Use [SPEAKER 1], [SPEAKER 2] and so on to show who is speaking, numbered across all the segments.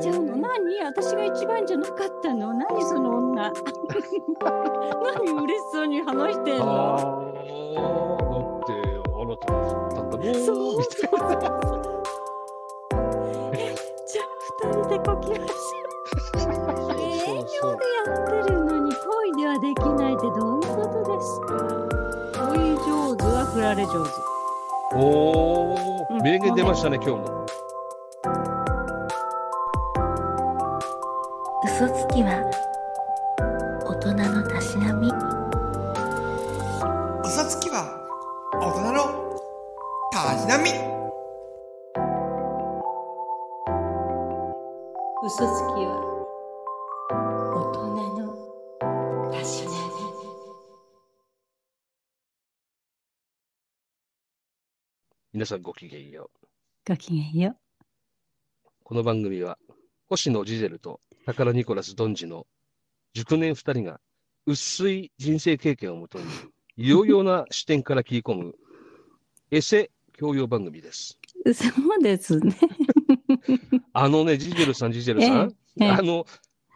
[SPEAKER 1] 何私が一番じゃなかったの何その女何嬉しそうに話してん
[SPEAKER 2] ああ、
[SPEAKER 1] の
[SPEAKER 2] だって、あなたがそうだったの
[SPEAKER 1] そう
[SPEAKER 2] みたいな。
[SPEAKER 1] じゃあ二人でこきらし営業
[SPEAKER 2] そうそうそう
[SPEAKER 1] でやってるのに恋ではできないってどういうことですか恋上手は振られ 上手
[SPEAKER 2] お
[SPEAKER 1] うん
[SPEAKER 2] お、名言出ましたね、今日も。
[SPEAKER 3] 嘘つきは大人のたしなみ
[SPEAKER 4] 嘘つきは大人のたしなみ
[SPEAKER 5] 嘘つきは大人のたしなみ
[SPEAKER 2] 皆さんごきげんよう。
[SPEAKER 1] ごきげんよう
[SPEAKER 2] この番組は、星野ジゼルと宝ニコラス・ドンジの熟年二人が、薄い人生経験をもとに、いよいよな視点から切り込む、エセ教養番組です。
[SPEAKER 1] そうですね。
[SPEAKER 2] あのね、ジゼルさん、ジゼルさん、
[SPEAKER 1] ええ
[SPEAKER 2] あの、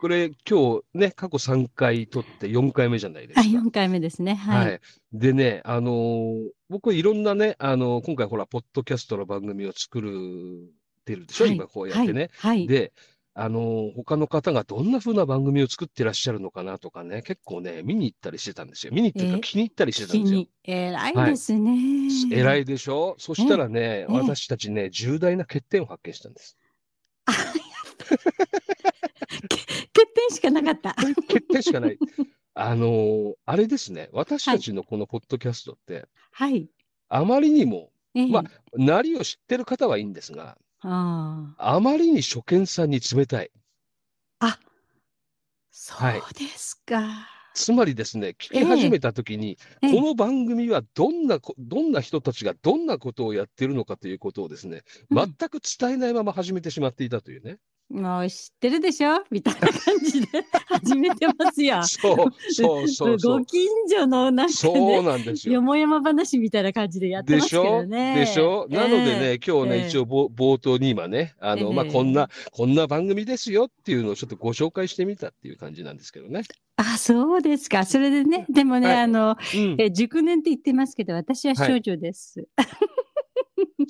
[SPEAKER 2] これ今日ね、過去3回撮って4回目じゃないですか。
[SPEAKER 1] あ、四回目ですね。はい。
[SPEAKER 2] はい。でね、あのー僕いろんなね、あのー今回ほら、ポッドキャストの番組を作る、てるでしょ、
[SPEAKER 1] はい
[SPEAKER 2] 今こうやってね。
[SPEAKER 1] はい。はい、
[SPEAKER 2] で、あのー他の方がどんな風な番組を作ってらっしゃるのかなとかね、結構ね、見に行ったりしてたんですよ。見に行ってる
[SPEAKER 1] え
[SPEAKER 2] か、気に入ったりしてた
[SPEAKER 1] 聞
[SPEAKER 2] ん
[SPEAKER 1] き
[SPEAKER 2] ですよ。
[SPEAKER 1] に、偉いですね。
[SPEAKER 2] 偉
[SPEAKER 1] い。
[SPEAKER 2] いでしょそしたら
[SPEAKER 1] え
[SPEAKER 2] ね、私たちね、重大な欠点を発見したんです。
[SPEAKER 1] 欠点しかなかった。
[SPEAKER 2] 欠点し かない。あのーあれですね、私たちのこのポッドキャストって、
[SPEAKER 1] はい。
[SPEAKER 2] あまりにも、
[SPEAKER 1] ええ
[SPEAKER 2] まあなりを知ってる方はいいんですが、
[SPEAKER 1] あ
[SPEAKER 2] あまりに初見さんに冷たい。
[SPEAKER 1] あ。あ、そ
[SPEAKER 2] はいう
[SPEAKER 1] ですか。
[SPEAKER 2] つまりですね、聞
[SPEAKER 1] ええ
[SPEAKER 2] き始めたときに、
[SPEAKER 1] ええ
[SPEAKER 2] この番組はどんなこ、どんな人たちがどんなことをやってるのかということをですね、
[SPEAKER 1] うん
[SPEAKER 2] 全く伝えないまま始めてしまっていたというね。
[SPEAKER 1] もう知ってるでしょみたいな感じで始めてますよ。
[SPEAKER 2] そ う、そう、そう、そう
[SPEAKER 1] ご。近所のなんか
[SPEAKER 2] そう
[SPEAKER 1] ね、
[SPEAKER 2] なんです
[SPEAKER 1] よ
[SPEAKER 2] よ。
[SPEAKER 1] もやま話みたいな感じでやって
[SPEAKER 2] で
[SPEAKER 1] ます
[SPEAKER 2] し
[SPEAKER 1] けど
[SPEAKER 2] ょ
[SPEAKER 1] ね。
[SPEAKER 2] でしょなので
[SPEAKER 1] ええ。
[SPEAKER 2] ね、今日
[SPEAKER 1] ええ
[SPEAKER 2] ね、一応ぼ冒頭に今ね、あの、まあ、
[SPEAKER 1] ええ
[SPEAKER 2] こんな、こんな番組ですよっていうのをちょっとご紹介してみたっていう感じなんですけどね。
[SPEAKER 1] あ、そうですか。それでね、でもね、
[SPEAKER 2] はい
[SPEAKER 1] あの、
[SPEAKER 2] うん
[SPEAKER 1] え熟年って言ってますけど、私は少女です。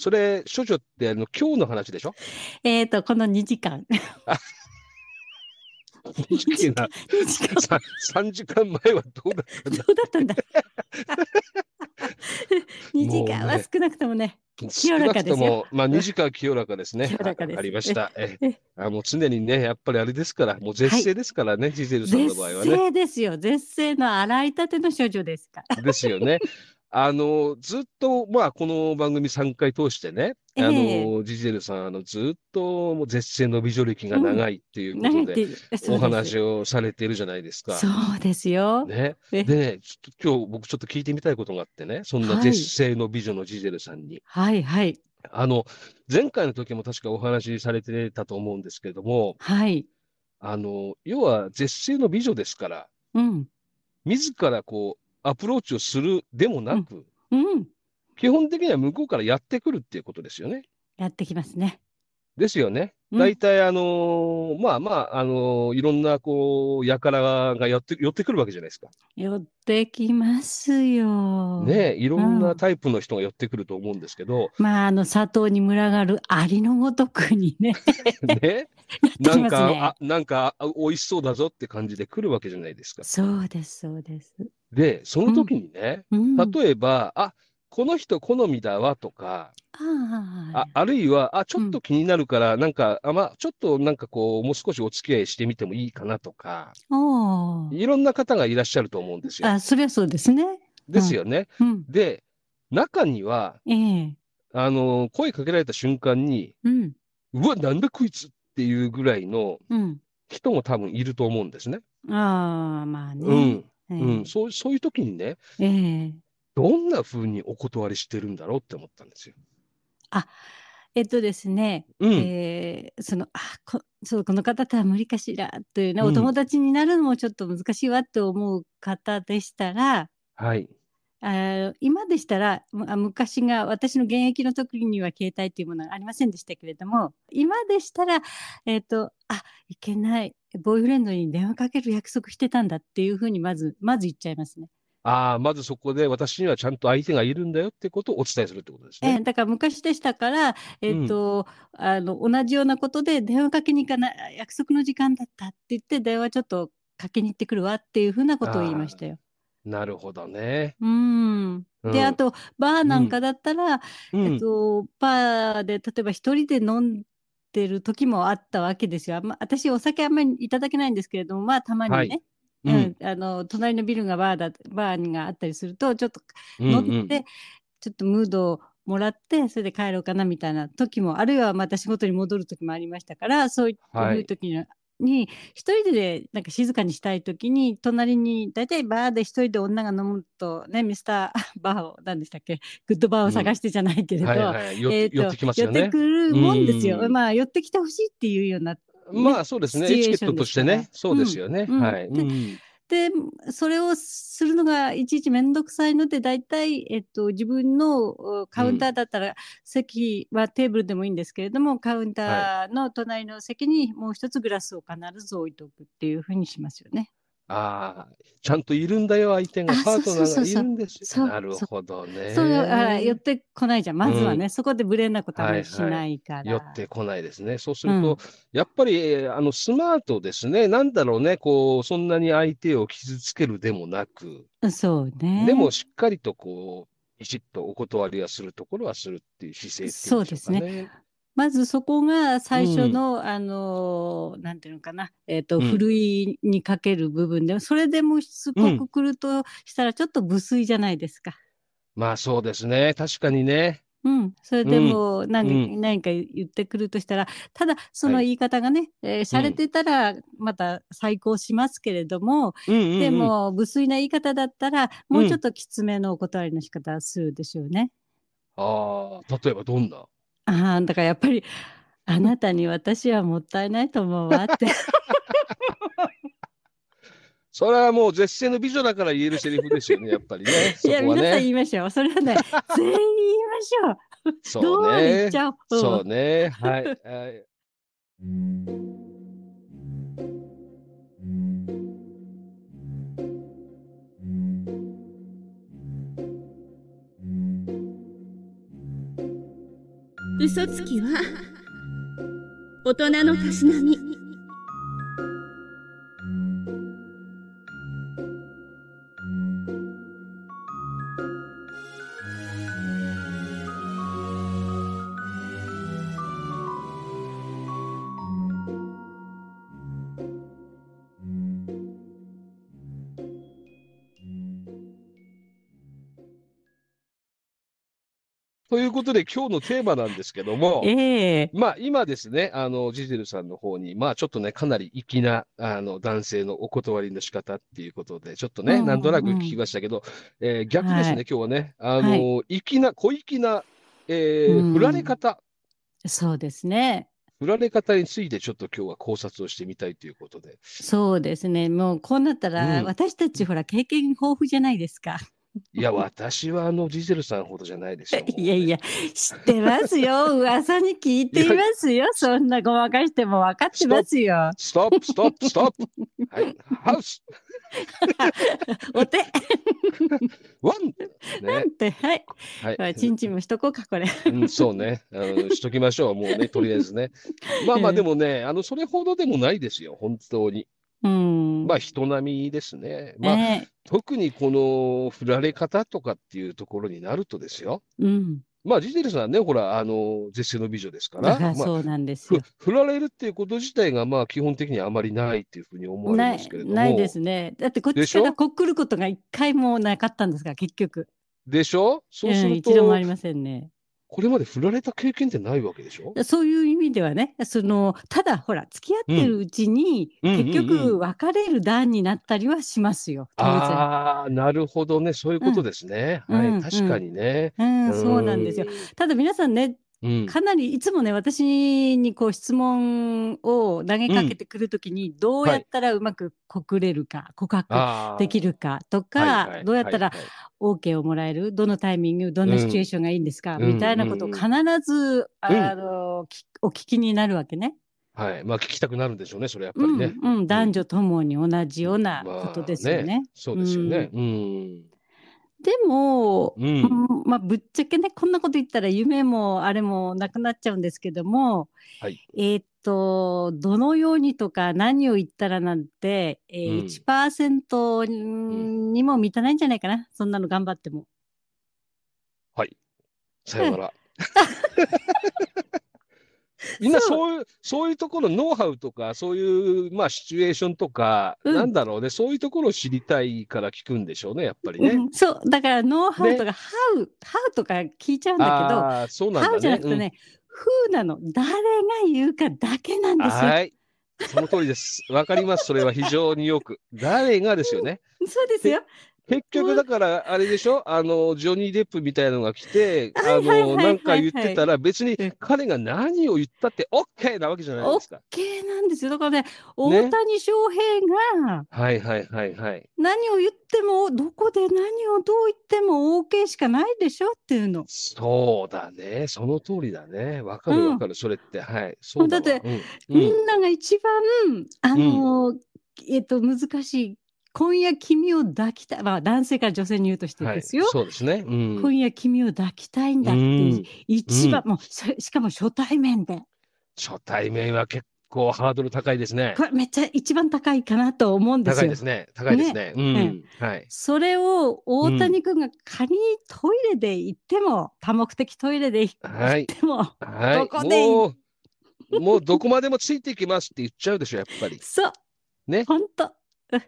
[SPEAKER 2] それ、処女ってあの、今日の話 でしょ
[SPEAKER 1] えっと、この2時間。
[SPEAKER 2] 二時間
[SPEAKER 1] 2時間。
[SPEAKER 2] さ3時間前はどうだったんだ
[SPEAKER 1] どうだ ったんだ2時
[SPEAKER 2] もうね
[SPEAKER 1] 間は少なくともね、清らかですよ
[SPEAKER 2] 少なくとも、まあ、2時間清らかですね。
[SPEAKER 1] 清らかです
[SPEAKER 2] あありました。え
[SPEAKER 1] え
[SPEAKER 2] あの常にね、やっぱりあれですから、もう絶世ですからね、ジゼルさんの
[SPEAKER 1] 絶
[SPEAKER 2] 場合はね。
[SPEAKER 1] 世ですよ。絶世の洗いたての処女ですから。
[SPEAKER 2] ですよね。あの、ずっと、まあ、この番組3回通してね、あの、
[SPEAKER 1] え
[SPEAKER 2] ジゼルさん、あの、ずっと、もう絶世の美女歴が長いっていうことで、
[SPEAKER 1] る。そう
[SPEAKER 2] お話
[SPEAKER 1] を。
[SPEAKER 2] をされているじゃないですか。
[SPEAKER 1] そうですよ。
[SPEAKER 2] ね。
[SPEAKER 1] え
[SPEAKER 2] でね、ちょっと今日僕ちょっと聞いてみたいことがあってね、そんな
[SPEAKER 1] はい
[SPEAKER 2] 絶世の美女のジゼルさんに、
[SPEAKER 1] はいはい。
[SPEAKER 2] あの、前回の時も確かお話しされてたと思うんですけども、
[SPEAKER 1] はい。
[SPEAKER 2] あの、要は絶世の美女ですから、
[SPEAKER 1] うん。
[SPEAKER 2] 自らこう、アプローチをするでもなく、
[SPEAKER 1] うん。
[SPEAKER 2] 基本的には向こうからやってくるっていうことですよね。
[SPEAKER 1] やってきますね。
[SPEAKER 2] ですよね。
[SPEAKER 1] うん
[SPEAKER 2] 大体、あのーまあまあ、あのーいろんな、こう、輩がやって、寄ってくるわけじゃないですか。
[SPEAKER 1] 寄ってきますよ。
[SPEAKER 2] ねえいろん
[SPEAKER 1] う
[SPEAKER 2] なんタイプの人が寄ってくると思うんです けど、
[SPEAKER 1] まあ、あの、佐藤に群がるアリのごとくに ね、
[SPEAKER 2] ね、
[SPEAKER 1] やって
[SPEAKER 2] な
[SPEAKER 1] き
[SPEAKER 2] ん
[SPEAKER 1] ます
[SPEAKER 2] か、
[SPEAKER 1] ね。
[SPEAKER 2] あ、なんか、あ美味しそうだぞって感じで来るわけじゃないですか。
[SPEAKER 1] そうです、そうです。
[SPEAKER 2] で、その時にね、
[SPEAKER 1] うん、
[SPEAKER 2] 例えば、あこの人好みだわとか、
[SPEAKER 1] ああ
[SPEAKER 2] ああるいは、あちょっと気になるから、なんか、あまあ、ちょっとなんかこう、もう少しお付き合いしてみてもいいかなとか、
[SPEAKER 1] おー
[SPEAKER 2] いろんな方がいらっしゃると思うんですよ。
[SPEAKER 1] あ、そりゃそうですね。
[SPEAKER 2] ですよね。
[SPEAKER 1] うん。
[SPEAKER 2] で、中には、
[SPEAKER 1] ええ
[SPEAKER 2] あの、声かけられた瞬間に、
[SPEAKER 1] うん。
[SPEAKER 2] うわ、なんだこいつっていうぐらいの
[SPEAKER 1] うん。
[SPEAKER 2] 人も多分いると思うんですね。
[SPEAKER 1] ああ、まあね。
[SPEAKER 2] うん、
[SPEAKER 1] ええ
[SPEAKER 2] うん、そう、そういう時にね、
[SPEAKER 1] ええ
[SPEAKER 2] どんな風にお断りしてるんだろうって思ったんですよ。
[SPEAKER 1] えっとですね、
[SPEAKER 2] うん、
[SPEAKER 1] えーその、あこそう、この方とは無理かしらというね、
[SPEAKER 2] うん
[SPEAKER 1] お友達になるのもちょっと難しいわと思う方でしたら、
[SPEAKER 2] はい。
[SPEAKER 1] あ今でしたらむあ昔が私の現役の時には携帯というものがありませんでしたけれども今でしたら、えっとあいけないボーイフレンドに電話かける約束してたんだっていうふうにまずまず言っちゃいますね。
[SPEAKER 2] ああ、まずそこで私にはちゃんと相手がいるんだよってことをお伝えするってことです
[SPEAKER 1] え
[SPEAKER 2] ね
[SPEAKER 1] え。だから昔でしたから、えっとあの同じようなことで電話かけに行かない約束の時間だったって言って電話ちょっとかけに行ってくるわっていうふうなことを言いましたよ。
[SPEAKER 2] なるほどね。
[SPEAKER 1] うんで、
[SPEAKER 2] うん
[SPEAKER 1] あ、とバーなんかだったら、
[SPEAKER 2] うん
[SPEAKER 1] えっと、バーで例えば一人で飲んでる時もあったわけですよ。あんま私お酒あんまりいただけないんですけれどもまあたまに
[SPEAKER 2] はい
[SPEAKER 1] ね、
[SPEAKER 2] うん
[SPEAKER 1] うんあの隣のビルがバーだバーがあったりするとちょっと
[SPEAKER 2] うん
[SPEAKER 1] 乗
[SPEAKER 2] う
[SPEAKER 1] って、
[SPEAKER 2] ん
[SPEAKER 1] ちょっとムードをもらってそれで帰ろうかなみたいな時もあるいはまた仕事に戻る時もありましたからそうい
[SPEAKER 2] は
[SPEAKER 1] う
[SPEAKER 2] い
[SPEAKER 1] 時に,、に一人でなんか静かにしたい時に隣に大体バーで一人で女が飲むとねミスター バーを何でしたっけグッドバーを探してじゃないけれど。
[SPEAKER 2] はいはい。よ
[SPEAKER 1] えーと
[SPEAKER 2] 寄ってきますよ
[SPEAKER 1] 寄って
[SPEAKER 2] ね。
[SPEAKER 1] くるもんですよ。
[SPEAKER 2] うん
[SPEAKER 1] まあ寄ってきてほしいっていうような。
[SPEAKER 2] まあそうですね。
[SPEAKER 1] シチュ
[SPEAKER 2] エチ
[SPEAKER 1] エ
[SPEAKER 2] ケ
[SPEAKER 1] ー
[SPEAKER 2] ッ
[SPEAKER 1] ショ
[SPEAKER 2] ト
[SPEAKER 1] ン
[SPEAKER 2] と
[SPEAKER 1] で
[SPEAKER 2] し
[SPEAKER 1] す
[SPEAKER 2] て
[SPEAKER 1] から
[SPEAKER 2] ね。そうですよね。
[SPEAKER 1] うん
[SPEAKER 2] はい。
[SPEAKER 1] で
[SPEAKER 2] うん
[SPEAKER 1] でそれをするのがいちいち面倒くさいので大体、えっと、自分のおカウンターだったら、席はテーブルでもいいんですけれどもカウンターの隣の席にもう一つグラスを必ず置いておくっていうふうにしますよね。
[SPEAKER 2] ああ、ちゃんといるんだよ、相手が。
[SPEAKER 1] あ
[SPEAKER 2] パートナ
[SPEAKER 1] そ
[SPEAKER 2] ー
[SPEAKER 1] うそうそう
[SPEAKER 2] がい
[SPEAKER 1] そう
[SPEAKER 2] るんです
[SPEAKER 1] そ
[SPEAKER 2] よ。
[SPEAKER 1] う
[SPEAKER 2] なるほどね。
[SPEAKER 1] そうあ寄ってこないじゃんまずはね、そこで無礼なことはもうし
[SPEAKER 2] は
[SPEAKER 1] ないいから。
[SPEAKER 2] 寄ってこないですね。そうすると、やっぱり、えーあの、スマートですね。なんだろうね、こう、そんなに相手を傷つけるでもなく、
[SPEAKER 1] そうね
[SPEAKER 2] でもしっかりとこう、きちっとお断りはするところはするっていう姿勢っていうんでしょうか
[SPEAKER 1] そう
[SPEAKER 2] ね。
[SPEAKER 1] まずそこが最初の、あのーなんていうのかな、えっと
[SPEAKER 2] うん
[SPEAKER 1] ふるいにかける部分でそれでもしつこくくるとしたらちょっと無粋じゃないですか。
[SPEAKER 2] まあそうですね。確かにね。
[SPEAKER 1] うん、それでも何,、
[SPEAKER 2] うん
[SPEAKER 1] 何か言ってくるとしたらただその
[SPEAKER 2] はい
[SPEAKER 1] 言い方がね、えー洒落てたらまた再考しますけれども、
[SPEAKER 2] うんうんうん
[SPEAKER 1] でも無粋な言い方だったらもうちょ
[SPEAKER 2] う
[SPEAKER 1] っときつめのお断りの仕方するでしょうね。
[SPEAKER 2] ああ、例えばどんな
[SPEAKER 1] ああ、だからやっぱり、あなたに私はもったいないと思うわって。
[SPEAKER 2] それはもう絶世の美女だから言えるセリフです よね、やっぱりね。
[SPEAKER 1] い
[SPEAKER 2] そ
[SPEAKER 1] や、
[SPEAKER 2] こは
[SPEAKER 1] 皆さん
[SPEAKER 2] ね。
[SPEAKER 1] 言いましょう。それ はね、全員言いましょう。
[SPEAKER 2] そ
[SPEAKER 1] ど
[SPEAKER 2] う
[SPEAKER 1] う言
[SPEAKER 2] ね
[SPEAKER 1] っち。ゃおう。うん
[SPEAKER 2] そうね。はい。はい
[SPEAKER 6] 嘘つきは大人のたしなみ
[SPEAKER 2] ということで、今日のテーマなんですけども、
[SPEAKER 1] ええ
[SPEAKER 2] まあ今ですね、あの、ジゼルさんの方に、まあちょっとね、かなり粋な、あの、男性のお断りの仕方っていうことで、ちょっと
[SPEAKER 1] うん
[SPEAKER 2] ね、
[SPEAKER 1] うん
[SPEAKER 2] なんとなく聞きましたけど、えー逆ですね、
[SPEAKER 1] はい
[SPEAKER 2] 今日はね、あの、粋な、小粋な、えー
[SPEAKER 1] うん
[SPEAKER 2] 振られ方、
[SPEAKER 1] そうですね。
[SPEAKER 2] 振られ方についてちょっと今日は考察をしてみたいということで。
[SPEAKER 1] そうですね。もうこうなったら、
[SPEAKER 2] うん
[SPEAKER 1] 私たちほら、経験豊富じゃないですか。
[SPEAKER 2] いや、私はあの、ジゼルさんほどじゃないですよ。もう
[SPEAKER 1] いやいや、知ってます よ。噂に聞いていますよ。そんなごまかしても分かってますよ。
[SPEAKER 2] ストップ、ストップ、ストップ。 はい。ハウス、
[SPEAKER 1] お手っ
[SPEAKER 2] ワン。ね。
[SPEAKER 1] て、はい。
[SPEAKER 2] はい
[SPEAKER 1] ほらチンチンもしとこうか、これ。
[SPEAKER 2] うん、そうね、あのしときましょう、もうね、とりあえず ね。まあまあ、
[SPEAKER 1] ええ
[SPEAKER 2] でもね、あのそれほどでもないですよ、本当に。
[SPEAKER 1] うん。
[SPEAKER 2] まあ、人並みですね。まあ、
[SPEAKER 1] ね
[SPEAKER 2] 特にこの振られ方とかっていうところになるとですよ。
[SPEAKER 1] うん。
[SPEAKER 2] まあ、ジゼルさんはね、ほら、あの、絶世の美女ですから、
[SPEAKER 1] だから
[SPEAKER 2] まあ、
[SPEAKER 1] そうなんです
[SPEAKER 2] ふ
[SPEAKER 1] よ。
[SPEAKER 2] 振られるっていうこと自体が、まあ、基本的にあまりないっていうふうに思われ
[SPEAKER 1] な
[SPEAKER 2] ま
[SPEAKER 1] い
[SPEAKER 2] すけれども。
[SPEAKER 1] ないですね。だってこっ
[SPEAKER 2] で
[SPEAKER 1] ち
[SPEAKER 2] しょ
[SPEAKER 1] からこっくることが一回もなかったんですから結局。
[SPEAKER 2] でしょそうす
[SPEAKER 1] ん、
[SPEAKER 2] ると、
[SPEAKER 1] 一度もありませんね。
[SPEAKER 2] これまで振られた経験ってないわけでしょ
[SPEAKER 1] そういう意味ではね、そのただほら付き合ってるうちに、
[SPEAKER 2] うんうん
[SPEAKER 1] 結
[SPEAKER 2] うんう
[SPEAKER 1] 局
[SPEAKER 2] ん
[SPEAKER 1] 別れる段になったりはしますよ。当然。
[SPEAKER 2] ああ、なるほどね。そういうことですね。
[SPEAKER 1] うん
[SPEAKER 2] はい、
[SPEAKER 1] うんうん
[SPEAKER 2] 確かにね。
[SPEAKER 1] うん、そうなんですよ。ただ皆さんね
[SPEAKER 2] うん。
[SPEAKER 1] かなりいつもね私にこう質問を投げかけてくるときにどうやったらうまく告れるか、告白
[SPEAKER 2] あー
[SPEAKER 1] できるかとか、
[SPEAKER 2] はいはい
[SPEAKER 1] どうやったら
[SPEAKER 2] はいはい
[SPEAKER 1] OK をもらえるどのタイミングどんなシチュエーションがいいんですか、
[SPEAKER 2] うん
[SPEAKER 1] みたいなことを必ず、あのきお聞きになるわけね。
[SPEAKER 2] はい。まあ、聞きたくなるんでしょうね、それやっぱりね。
[SPEAKER 1] うんうん、男女ともに同じようなことですよね。
[SPEAKER 2] まあそうですよね。うん。
[SPEAKER 1] でも、
[SPEAKER 2] うん。
[SPEAKER 1] うんまあ、ぶっちゃけねこんなこと言ったら夢もあれもなくなっちゃうんですけども、
[SPEAKER 2] はい
[SPEAKER 1] えーっとどのようにとか何を言ったらなんて、えー
[SPEAKER 2] うん
[SPEAKER 1] 1%にも満たないんじゃないかな、そんなの頑張っても。
[SPEAKER 2] さよ なら。みんなそういう、そういうところ、ノウハウとか、そういう、まあ、シチュエーションとか、
[SPEAKER 1] うん
[SPEAKER 2] なんだろうね、そういうところを知りたいから聞くんでしょうね、やっぱりね。
[SPEAKER 1] うんそうだからノウハウとか、ハウハウとか聞いちゃうんだ
[SPEAKER 2] ああ、そう
[SPEAKER 1] け
[SPEAKER 2] な
[SPEAKER 1] ど、ハウ
[SPEAKER 2] んだね。
[SPEAKER 1] じゃなくて
[SPEAKER 2] うん
[SPEAKER 1] ね、フーなの誰が言うかだけなんですよ。
[SPEAKER 2] はい。その通りです。わかります。それは非常によく。誰がですよね。
[SPEAKER 1] そうですよ。
[SPEAKER 2] 結局、だから、あれでしょあの、ジョニー・デップみたいのが来て、
[SPEAKER 1] は
[SPEAKER 2] あ
[SPEAKER 1] いはいはいはい
[SPEAKER 2] の、なんか言ってたら、別に彼が何を言ったって、オッケーなわけじゃないですか。
[SPEAKER 1] 系なんですよ。だからね、大谷翔平が、
[SPEAKER 2] はいはいはいはい。
[SPEAKER 1] 何を言ってもどこで何をどう言っても OK しかないでしょっていうの。
[SPEAKER 2] そうだね。その通りだね。わ
[SPEAKER 1] う
[SPEAKER 2] かる
[SPEAKER 1] ん
[SPEAKER 2] わかる。それって、はい。そうわ
[SPEAKER 1] だって、
[SPEAKER 2] うん、
[SPEAKER 1] み
[SPEAKER 2] うん
[SPEAKER 1] んなが一番あの、えっと難しい今夜君を抱きたい、まあ、男性から女性に言うとして
[SPEAKER 2] はい。
[SPEAKER 1] ですよ、
[SPEAKER 2] そうですね。うん。
[SPEAKER 1] 今夜君を抱きたいんだって
[SPEAKER 2] う
[SPEAKER 1] いうん一番、もうそしかも初対面で
[SPEAKER 2] 初対面は結構ハードル高いですね。
[SPEAKER 1] これめっちゃ一番高いかなと思うんです
[SPEAKER 2] 高い
[SPEAKER 1] よ
[SPEAKER 2] で。すね。高いですね。うん。はい。
[SPEAKER 1] それを大谷君が仮にトイレで行っても、多目的トイレで行っ
[SPEAKER 2] はい。
[SPEAKER 1] ても
[SPEAKER 2] はい。
[SPEAKER 1] どこでいい
[SPEAKER 2] もう、もうどこまでもついていきますって言っちゃうでしょ、やっぱり。
[SPEAKER 1] そう。
[SPEAKER 2] ね
[SPEAKER 1] ほんと。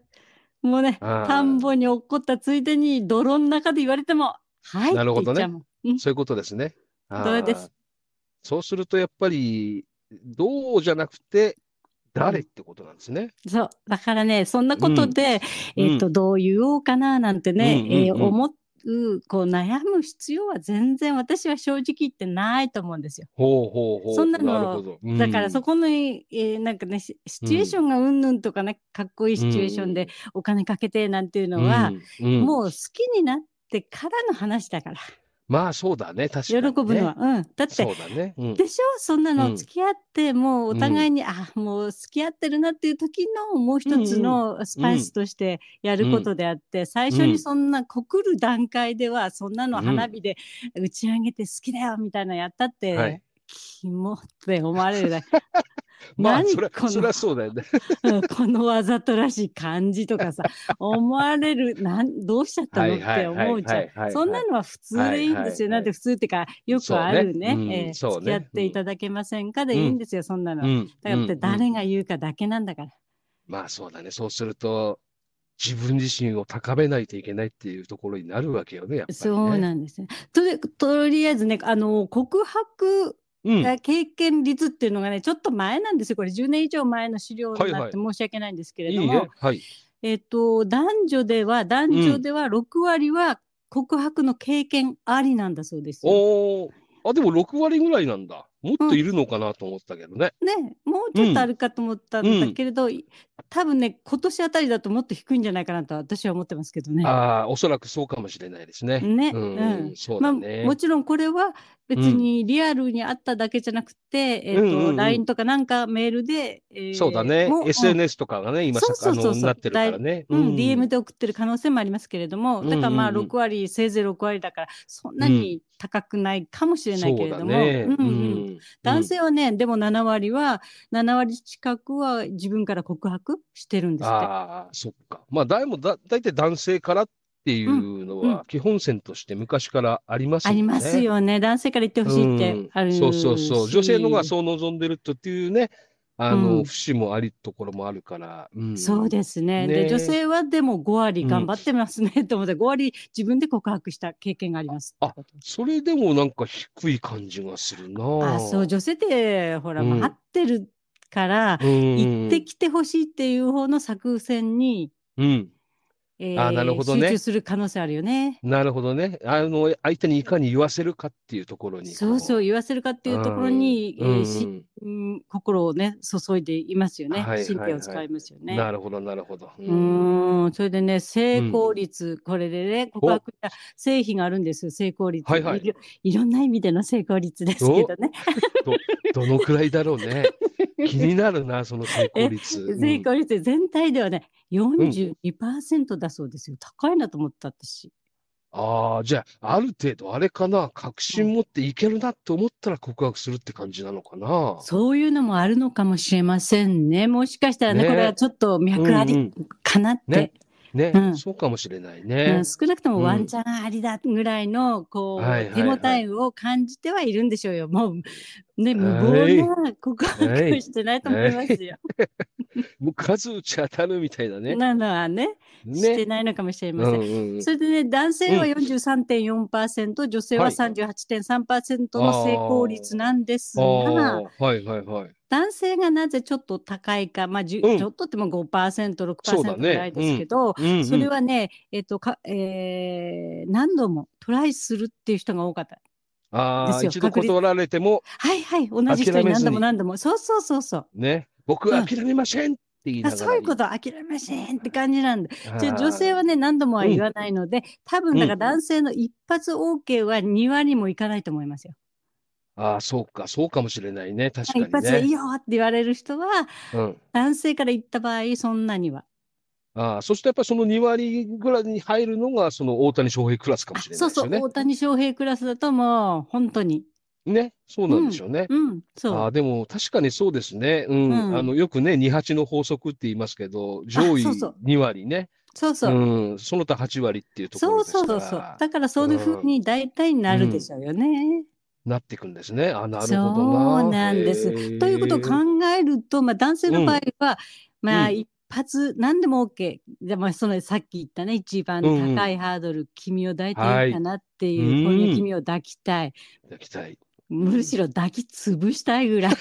[SPEAKER 1] もうね、
[SPEAKER 2] あー
[SPEAKER 1] 田んぼに落っこったついでに泥の中で言われても、はいって
[SPEAKER 2] なるほ
[SPEAKER 1] 言
[SPEAKER 2] ど
[SPEAKER 1] っ
[SPEAKER 2] ね
[SPEAKER 1] ちゃうもん。うん
[SPEAKER 2] そういうことですね。あー
[SPEAKER 1] それです。
[SPEAKER 2] そうすると、やっぱり、どうじゃなくて、誰ってことなんですね。
[SPEAKER 1] そう。だからね、そんなことで、
[SPEAKER 2] うん
[SPEAKER 1] えっ、と、どう言おうかななんてね、
[SPEAKER 2] うんうんうん
[SPEAKER 1] えー思う、こう悩む必要は全然私は正直言ってないと思うんですよ。
[SPEAKER 2] ほうほうほう。
[SPEAKER 1] そんなの
[SPEAKER 2] るほど。
[SPEAKER 1] だからそ
[SPEAKER 2] こ、
[SPEAKER 1] この、えーなんかね、シシチュエーションがうんぬんとかね、かっこいいシチュエーションでお金かけてなんていうのは、
[SPEAKER 2] うん、うん
[SPEAKER 1] もう好きになってからの話だから、
[SPEAKER 2] まあそうだね、確か
[SPEAKER 1] 喜
[SPEAKER 2] に、ね。
[SPEAKER 1] ぶのは。うん。だって
[SPEAKER 2] そうだね。うん
[SPEAKER 1] でしょそんな
[SPEAKER 2] うん
[SPEAKER 1] の付き合って、もうお互いに、あもう付き合ってるなっていう時のもう一つのスパイスとしてやることであって、最初にそんな告る段階ではそんなの花火で打ち上げて好きだよみたいなのやったって、
[SPEAKER 2] はい
[SPEAKER 1] キモって思われるだけ、
[SPEAKER 2] まあ、
[SPEAKER 1] 何
[SPEAKER 2] それ
[SPEAKER 1] この
[SPEAKER 2] それはそうだよね。
[SPEAKER 1] うんこのわざとらしい感じとか さ思われるなんどうしちゃったのって思うじ
[SPEAKER 2] はいはいはいはい
[SPEAKER 1] ゃ
[SPEAKER 2] は
[SPEAKER 1] ん
[SPEAKER 2] い
[SPEAKER 1] そんなのは普通でいいんですよ、
[SPEAKER 2] はいはいはい
[SPEAKER 1] なんて普通っていうかよくあるね
[SPEAKER 2] そうねうん
[SPEAKER 1] えー
[SPEAKER 2] そうね
[SPEAKER 1] 付き合っていただけませんかでいいんですよ、そんなのは。
[SPEAKER 2] うん
[SPEAKER 1] だからって
[SPEAKER 2] うん
[SPEAKER 1] 誰が言うかだけなんだから。
[SPEAKER 2] まあそうだね。そうすると、自分自身を高めないといけないっていうところになるわけよね、やっぱり、ね。
[SPEAKER 1] そうなんですね。とりとりあえずね、あの、告白
[SPEAKER 2] うん。
[SPEAKER 1] が経験率っていうのがね、ちょっと前なんですよ。これ10年以上前の資料に
[SPEAKER 2] はい
[SPEAKER 1] な
[SPEAKER 2] は
[SPEAKER 1] っ
[SPEAKER 2] い
[SPEAKER 1] て申し訳ないんですけれ
[SPEAKER 2] い
[SPEAKER 1] ど
[SPEAKER 2] い
[SPEAKER 1] も、
[SPEAKER 2] ね。はい。
[SPEAKER 1] えっと、男女では、男女では6割は告白の経験ありなんだそうですよ。
[SPEAKER 2] おーあ、でも6割ぐらいなんだ。もっといるのかなと思ったけどね。
[SPEAKER 1] ね、もうちょっとあるかと思ったんだけれど、多分ね、今年あたりだともっと低いんじゃないかなと私は思ってますけどね。
[SPEAKER 2] ああ、おそらくそうかもしれないですね。
[SPEAKER 1] ね
[SPEAKER 2] うん、
[SPEAKER 1] うん
[SPEAKER 2] そう
[SPEAKER 1] ま
[SPEAKER 2] だ
[SPEAKER 1] あ、
[SPEAKER 2] ね。
[SPEAKER 1] もちろんこれは別にリアルにあっただけじゃなくて、えっ、
[SPEAKER 2] うんうんう
[SPEAKER 1] と、
[SPEAKER 2] ん
[SPEAKER 1] LINE とかなんかメールで、えー
[SPEAKER 2] そうだね
[SPEAKER 1] も。
[SPEAKER 2] SNS とかがね、今さ、
[SPEAKER 1] そうそうそうそう
[SPEAKER 2] あのなってるからね。
[SPEAKER 1] うん、うん DM で送ってる可能性もありますけれども、だからまあ
[SPEAKER 2] うんうんうん
[SPEAKER 1] 6割、せいぜい6割だから、そんなに高くないかもしれないけれども、
[SPEAKER 2] そうだね。
[SPEAKER 1] うんうん
[SPEAKER 2] うん
[SPEAKER 1] 男性はね、でも7割は、7割近くは自分から告白してるんですって。
[SPEAKER 2] ああ、そっか。まあ、だいもだ、大体男性からっていうの
[SPEAKER 1] うんう
[SPEAKER 2] は、基本線として昔からあります
[SPEAKER 1] あ
[SPEAKER 2] もん
[SPEAKER 1] り
[SPEAKER 2] ね。
[SPEAKER 1] ますよね。男性から言ってほしいっ
[SPEAKER 2] う
[SPEAKER 1] て
[SPEAKER 2] ん
[SPEAKER 1] あるし、
[SPEAKER 2] そうそうそう。女性の方がそう望んでるとっていうね、あの、
[SPEAKER 1] うん
[SPEAKER 2] 節もありところもあるから。うん
[SPEAKER 1] そうですね。
[SPEAKER 2] ねえ
[SPEAKER 1] で女性はでも5割
[SPEAKER 2] うん
[SPEAKER 1] 頑張ってますね、と思って5割自分で告白した経験があります。
[SPEAKER 2] あそれでもなんか低い感じがするなぁ
[SPEAKER 1] あそう女性ってほら、
[SPEAKER 2] うん
[SPEAKER 1] 待ってるから
[SPEAKER 2] うん
[SPEAKER 1] 行ってきてほしいっていう方の作戦に、
[SPEAKER 2] うん。
[SPEAKER 1] え
[SPEAKER 2] あーなるほどね
[SPEAKER 1] 集中する可能性あるよね。
[SPEAKER 2] なるほどね。あの、相手にいかに言わせるかっていうところに。。
[SPEAKER 1] そうそうう言わせるかっていうところに、え
[SPEAKER 2] うんう
[SPEAKER 1] ーし
[SPEAKER 2] ん
[SPEAKER 1] うん心をね注いでいますよね、
[SPEAKER 2] はいはい
[SPEAKER 1] 神経を使いますよね。
[SPEAKER 2] なるほど、なるほど。
[SPEAKER 1] うーんそれでね、成功率、これでね、告白した製品があるんですよ、成功率。
[SPEAKER 2] はいはい
[SPEAKER 1] ろいろんな意味での成功率ですけどね。
[SPEAKER 2] どのくらいだろ うね。気になるな、その成功率。うん
[SPEAKER 1] 成功率全体ではね、42%だそうですよ。高いなと思った私。
[SPEAKER 2] ああ、じゃあ、ある程度、あれかな、確信持っていけるなって思ったら告白するって感じなのかな。
[SPEAKER 1] そういうのもあるのかもしれませんね。もしかしたらね、
[SPEAKER 2] ね
[SPEAKER 1] これはちょっと脈あ
[SPEAKER 2] う
[SPEAKER 1] り
[SPEAKER 2] ん
[SPEAKER 1] かなって。
[SPEAKER 2] ねね、
[SPEAKER 1] うん
[SPEAKER 2] そうかもしれない
[SPEAKER 1] うん
[SPEAKER 2] ね。
[SPEAKER 1] 少なくとも
[SPEAKER 2] うん
[SPEAKER 1] ワンチャンありだぐらいの、こ
[SPEAKER 2] はいは
[SPEAKER 1] う、
[SPEAKER 2] い
[SPEAKER 1] 手
[SPEAKER 2] は
[SPEAKER 1] 応
[SPEAKER 2] い
[SPEAKER 1] えを感じてはいるんでしょうよ。もう、ね、無
[SPEAKER 2] はい
[SPEAKER 1] 謀な告白
[SPEAKER 2] は
[SPEAKER 1] を
[SPEAKER 2] い
[SPEAKER 1] してないと思いますよ。
[SPEAKER 2] もう数打ち当たるみたいなね。
[SPEAKER 1] なのはね、して
[SPEAKER 2] ね。
[SPEAKER 1] ないのかもしれ
[SPEAKER 2] う
[SPEAKER 1] ません。
[SPEAKER 2] んうんうん
[SPEAKER 1] それでね、男性は
[SPEAKER 2] うん
[SPEAKER 1] 43.4%、女性は
[SPEAKER 2] はい
[SPEAKER 1] 38.3%の成功率なんです
[SPEAKER 2] ああ
[SPEAKER 1] が、
[SPEAKER 2] はいはいはい。
[SPEAKER 1] 男性がなぜちょっと高いか、まあ、じゅ
[SPEAKER 2] うん
[SPEAKER 1] ちょっとでも5%、
[SPEAKER 2] そうだ
[SPEAKER 1] 6%
[SPEAKER 2] ね
[SPEAKER 1] ぐらいですけど、
[SPEAKER 2] うんうん
[SPEAKER 1] それはね、えっとかえー何度もトライするっていう人が多かった。
[SPEAKER 2] あ
[SPEAKER 1] で
[SPEAKER 2] あ、
[SPEAKER 1] すよ
[SPEAKER 2] 一度
[SPEAKER 1] 確率
[SPEAKER 2] 断られても、
[SPEAKER 1] はいはい、同じ人
[SPEAKER 2] 諦
[SPEAKER 1] に
[SPEAKER 2] め
[SPEAKER 1] 何
[SPEAKER 2] ずに
[SPEAKER 1] 度も何度も。そうそうそうそう。
[SPEAKER 2] ね、僕は諦めませんって言い
[SPEAKER 1] あ
[SPEAKER 2] ながら。
[SPEAKER 1] そういうこと諦めませんって感じなんで。じゃあ
[SPEAKER 2] あー
[SPEAKER 1] 女性はね、何度もは言わないので、多分、だから男性の一発 OK は2割もいかないと思いますよ。
[SPEAKER 2] ああ、そうか、そうかもしれないね。確
[SPEAKER 1] 一
[SPEAKER 2] かに
[SPEAKER 1] 発でいい
[SPEAKER 2] ね。
[SPEAKER 1] よって言われる人は、
[SPEAKER 2] うん。
[SPEAKER 1] 男性から言った場合、そんなには。
[SPEAKER 2] ああ、そしてやっぱりその2割ぐらいに入るのが、その大谷翔平クラスかもしれない
[SPEAKER 1] そう
[SPEAKER 2] です
[SPEAKER 1] そ
[SPEAKER 2] よ
[SPEAKER 1] う、
[SPEAKER 2] ね。
[SPEAKER 1] 大谷翔平クラスだともう、本当に。
[SPEAKER 2] ね、そうなんでしょうね。
[SPEAKER 1] うん、
[SPEAKER 2] あ
[SPEAKER 1] そ
[SPEAKER 2] あ、
[SPEAKER 1] う。
[SPEAKER 2] でも確かにそうですね。うん。
[SPEAKER 1] うん
[SPEAKER 2] あの、よくね、二八の法則って言いますけど、上位
[SPEAKER 1] そうそう
[SPEAKER 2] 2割ね。
[SPEAKER 1] そうそう。
[SPEAKER 2] ん。その他8割っていうとこ
[SPEAKER 1] そ
[SPEAKER 2] ろ
[SPEAKER 1] う
[SPEAKER 2] です
[SPEAKER 1] そうそう
[SPEAKER 2] か
[SPEAKER 1] そう
[SPEAKER 2] ら。
[SPEAKER 1] だからそういうふうに大体なるでしょうよね。
[SPEAKER 2] なっていくんですね。あ、なるほどな。
[SPEAKER 1] そうなんです。ということを
[SPEAKER 2] へえ
[SPEAKER 1] 考えると、まあ、男性の場合は、まあ
[SPEAKER 2] うん
[SPEAKER 1] 一発何でも OK で、まあ、そのさっき言ったね一番
[SPEAKER 2] うんうん
[SPEAKER 1] 高いハードル「君を抱いて
[SPEAKER 2] はい
[SPEAKER 1] い
[SPEAKER 2] い
[SPEAKER 1] かな」っていう、こ
[SPEAKER 2] う
[SPEAKER 1] の
[SPEAKER 2] ん
[SPEAKER 1] 君を抱きたい
[SPEAKER 2] いただきたい。
[SPEAKER 1] むしろ抱き潰したいぐ らい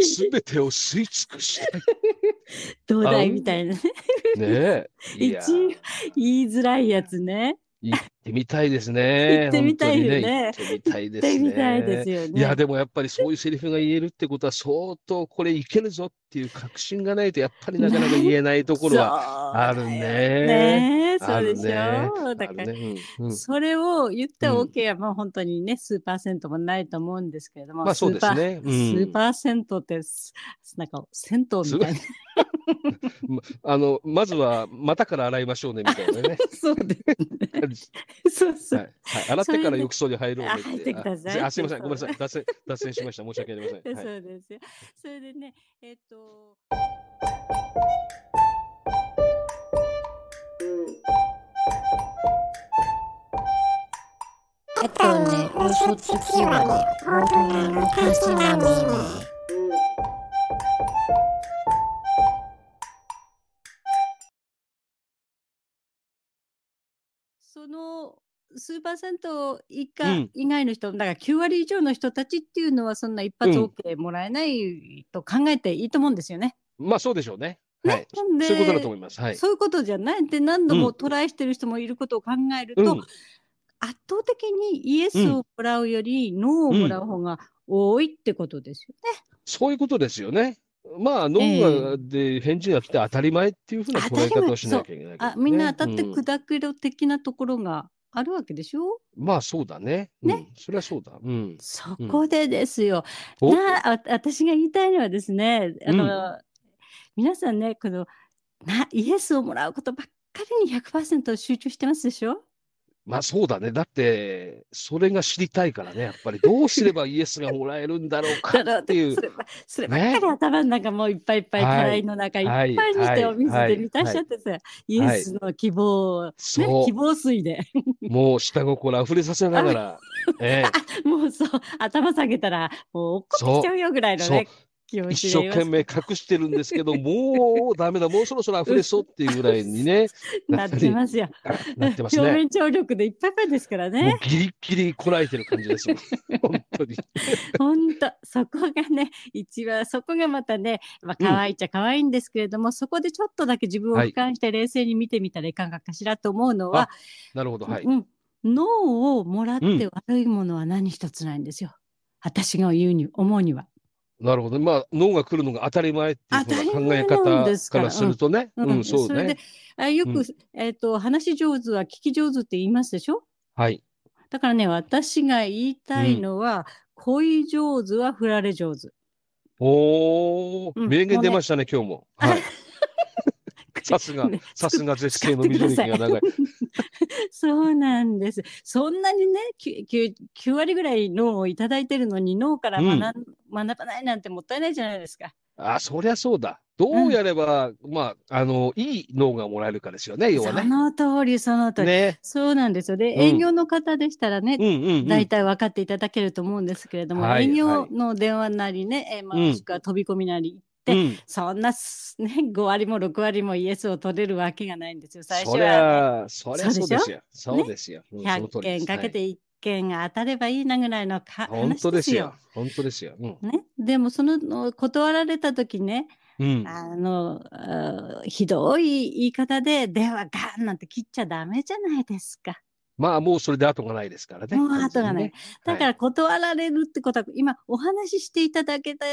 [SPEAKER 2] すべてを吸い尽くしたい。
[SPEAKER 1] どうだいみたいなね
[SPEAKER 2] ねえ。いや、
[SPEAKER 1] 一応言いづらいやつね
[SPEAKER 2] 行ってみたいですね。
[SPEAKER 1] 行ってみたいよね
[SPEAKER 2] 本当に行ってみたい
[SPEAKER 1] 言
[SPEAKER 2] で
[SPEAKER 1] って
[SPEAKER 2] すね。
[SPEAKER 1] みたいですよね。
[SPEAKER 2] いや、でもやっぱりそういうセリフが言えるってことは、相当これいけるぞっていう確信がないと、やっぱりなかなか言えないところはあ
[SPEAKER 1] そ
[SPEAKER 2] る
[SPEAKER 1] うだよ
[SPEAKER 2] ね。
[SPEAKER 1] ねえそ
[SPEAKER 2] あ
[SPEAKER 1] うで
[SPEAKER 2] る
[SPEAKER 1] しょう。
[SPEAKER 2] ね
[SPEAKER 1] だ
[SPEAKER 2] あ
[SPEAKER 1] か
[SPEAKER 2] る
[SPEAKER 1] ら
[SPEAKER 2] ねうんうん
[SPEAKER 1] それを言った
[SPEAKER 2] うん
[SPEAKER 1] OK は、まあ本当にね、数パーセントもないと思うんですけれども、
[SPEAKER 2] まあそうですね
[SPEAKER 1] スーパー,、
[SPEAKER 2] うん
[SPEAKER 1] 数パーセントってす、なんか銭湯みたいな。
[SPEAKER 2] あの、まずは、股から洗いましょうね、みたい なね。
[SPEAKER 1] そうですね。
[SPEAKER 2] 感じ
[SPEAKER 1] そうそう。
[SPEAKER 2] はいはい洗ってから浴槽に入ろうねって。
[SPEAKER 1] それであ入ってください
[SPEAKER 2] あ、すいません。ごめんなさい。脱線、脱線しました。申し訳ありません。はい
[SPEAKER 1] そうですよ。それでね、えっ、と、
[SPEAKER 7] えっとね、嘘つきはね、大人のたしなみね。
[SPEAKER 1] その数パーセント以下
[SPEAKER 2] うん
[SPEAKER 1] 以外の人、だから9割以上の人たちっていうのは、そんな一発
[SPEAKER 2] うん
[SPEAKER 1] OK もらえないと考えていいと思うんですよね。
[SPEAKER 2] まあそうでしょうね。はい。
[SPEAKER 1] なんで
[SPEAKER 2] そういうことだと思います。はい。
[SPEAKER 1] そういうことじゃないって何度も
[SPEAKER 2] うん
[SPEAKER 1] トライしてる人もいることを考えると、
[SPEAKER 2] うん。
[SPEAKER 1] 圧倒的にイエス
[SPEAKER 2] うん
[SPEAKER 1] をもらうよりノーをもらう方が多いってことですよね。
[SPEAKER 2] そういうことですよね。まあ、脳がで返事が来て当たり前っていうふうな捉え方をしなきゃいけないけどね、
[SPEAKER 1] あみんな当たって
[SPEAKER 2] うん
[SPEAKER 1] 砕けろ的なところがあるわけでしょ、
[SPEAKER 2] まあそうだね。
[SPEAKER 1] ね
[SPEAKER 2] うん、それはそうだ。うん。
[SPEAKER 1] そこでですよ、
[SPEAKER 2] お
[SPEAKER 1] なあ私が言いたいのはですねあの、
[SPEAKER 2] うん
[SPEAKER 1] 皆さんねこのなイエスをもらうことばっかりに100%集中してますでしょ
[SPEAKER 2] まあそうだね。だって、それが知りたいからね。やっぱりどうすればイエスがもらえるんだろうかっ ていう
[SPEAKER 1] そ。ればそればっかり
[SPEAKER 2] ね
[SPEAKER 1] 頭の中もういっぱいいっぱい、
[SPEAKER 2] はい
[SPEAKER 1] たらいの中いっぱいにし
[SPEAKER 2] はい
[SPEAKER 1] てお水で満たしちゃってさ、イエスの希望を、ね、
[SPEAKER 2] そう
[SPEAKER 1] 希望水で
[SPEAKER 2] もう下心溢れさせながら。ええ
[SPEAKER 1] もうそう頭下げたらもう落っこってきちゃうよぐらいの
[SPEAKER 2] そう
[SPEAKER 1] ね。気持ち
[SPEAKER 2] 一
[SPEAKER 1] で
[SPEAKER 2] 生
[SPEAKER 1] います
[SPEAKER 2] 懸命隠してるんで すけど、もうダメだ、もうそろそろ溢れそうっていうぐらいにね、
[SPEAKER 1] なってますよ。
[SPEAKER 2] なってますね。
[SPEAKER 1] 表面張力でいっぱいいっぱいですから
[SPEAKER 2] も
[SPEAKER 1] ね
[SPEAKER 2] う。ギリギリこらえてる感 じですよ。本当に。
[SPEAKER 1] 本当そこがね一番そこがまたね、まあ、
[SPEAKER 2] うん
[SPEAKER 1] 可愛いっちゃ可愛いんですけれども、そこでちょっとだけ自分を
[SPEAKER 2] はい
[SPEAKER 1] 俯瞰して冷静に見てみたらいかがかしらと思うのは、
[SPEAKER 2] なるほど、はい。
[SPEAKER 1] うん、脳をもらっ
[SPEAKER 2] う
[SPEAKER 1] て
[SPEAKER 2] ん
[SPEAKER 1] 悪いものは何一つないんですよ。私が言うに思うには。
[SPEAKER 2] なるほど。まあ、脳が来るのが当たり前っていうふうな考え
[SPEAKER 1] 当たり前なんですか
[SPEAKER 2] 方かららするとね。うん、そう
[SPEAKER 1] れで
[SPEAKER 2] ね。
[SPEAKER 1] あよく、
[SPEAKER 2] うん
[SPEAKER 1] えっ、と話し上手は聞き上手って言いますでしょ
[SPEAKER 2] はい。
[SPEAKER 1] だからね私が言いたいのは、恋上手は振られ上手。
[SPEAKER 2] お
[SPEAKER 1] う
[SPEAKER 2] ー、
[SPEAKER 1] ん
[SPEAKER 2] 名言出ましたね、今日も。はい。 さすが
[SPEAKER 1] ね、
[SPEAKER 2] さすが絶世の
[SPEAKER 1] 使ってくだ
[SPEAKER 2] 緑
[SPEAKER 1] さ
[SPEAKER 2] 気
[SPEAKER 1] い
[SPEAKER 2] が長い。
[SPEAKER 1] そうなんです。そんなにね、きき9割ぐらい脳をいただいてるのに脳から学,、学ばないなんてもったいないじゃないですか。
[SPEAKER 2] あ、そりゃそうだ。どうやれば、まあ、あの、いい脳がもらえるかですよね、要
[SPEAKER 1] そ
[SPEAKER 2] はね。
[SPEAKER 1] の通り、その通り。
[SPEAKER 2] ね。
[SPEAKER 1] そうなんですよ。で、
[SPEAKER 2] うん
[SPEAKER 1] 営業の方でしたらね、
[SPEAKER 2] うんうんうん。
[SPEAKER 1] 大体分かっていただけると思うんですけれども、
[SPEAKER 2] はい
[SPEAKER 1] 営業の電話なりね、えーまあ
[SPEAKER 2] うん
[SPEAKER 1] もしくは飛び込みなり行って、
[SPEAKER 2] うん
[SPEAKER 1] そんなす、ね、5割も6割もイエスを取れるわけがないんですよ。最初
[SPEAKER 2] そり
[SPEAKER 1] は、
[SPEAKER 2] ゃ、そりゃそうですよ。そうですよ。うんその
[SPEAKER 1] 100
[SPEAKER 2] 通りで
[SPEAKER 1] 件
[SPEAKER 2] す
[SPEAKER 1] かけ
[SPEAKER 2] はい
[SPEAKER 1] て1件が当たればいいなぐらいのか、
[SPEAKER 2] 本
[SPEAKER 1] 話
[SPEAKER 2] 当
[SPEAKER 1] で
[SPEAKER 2] ですす
[SPEAKER 1] よ
[SPEAKER 2] よ。。本当ですよ。うん。
[SPEAKER 1] ね、でもそのの断られた時ね、
[SPEAKER 2] うん。
[SPEAKER 1] あのあーひどい言い方で電話ガーンなんて切っちゃダメじゃないですか。
[SPEAKER 2] まあ、もうそれで後がないですからね。
[SPEAKER 1] もう後がないだ
[SPEAKER 2] 完全にね。
[SPEAKER 1] か
[SPEAKER 2] はい
[SPEAKER 1] ら断られるってことは、今お話ししていただけた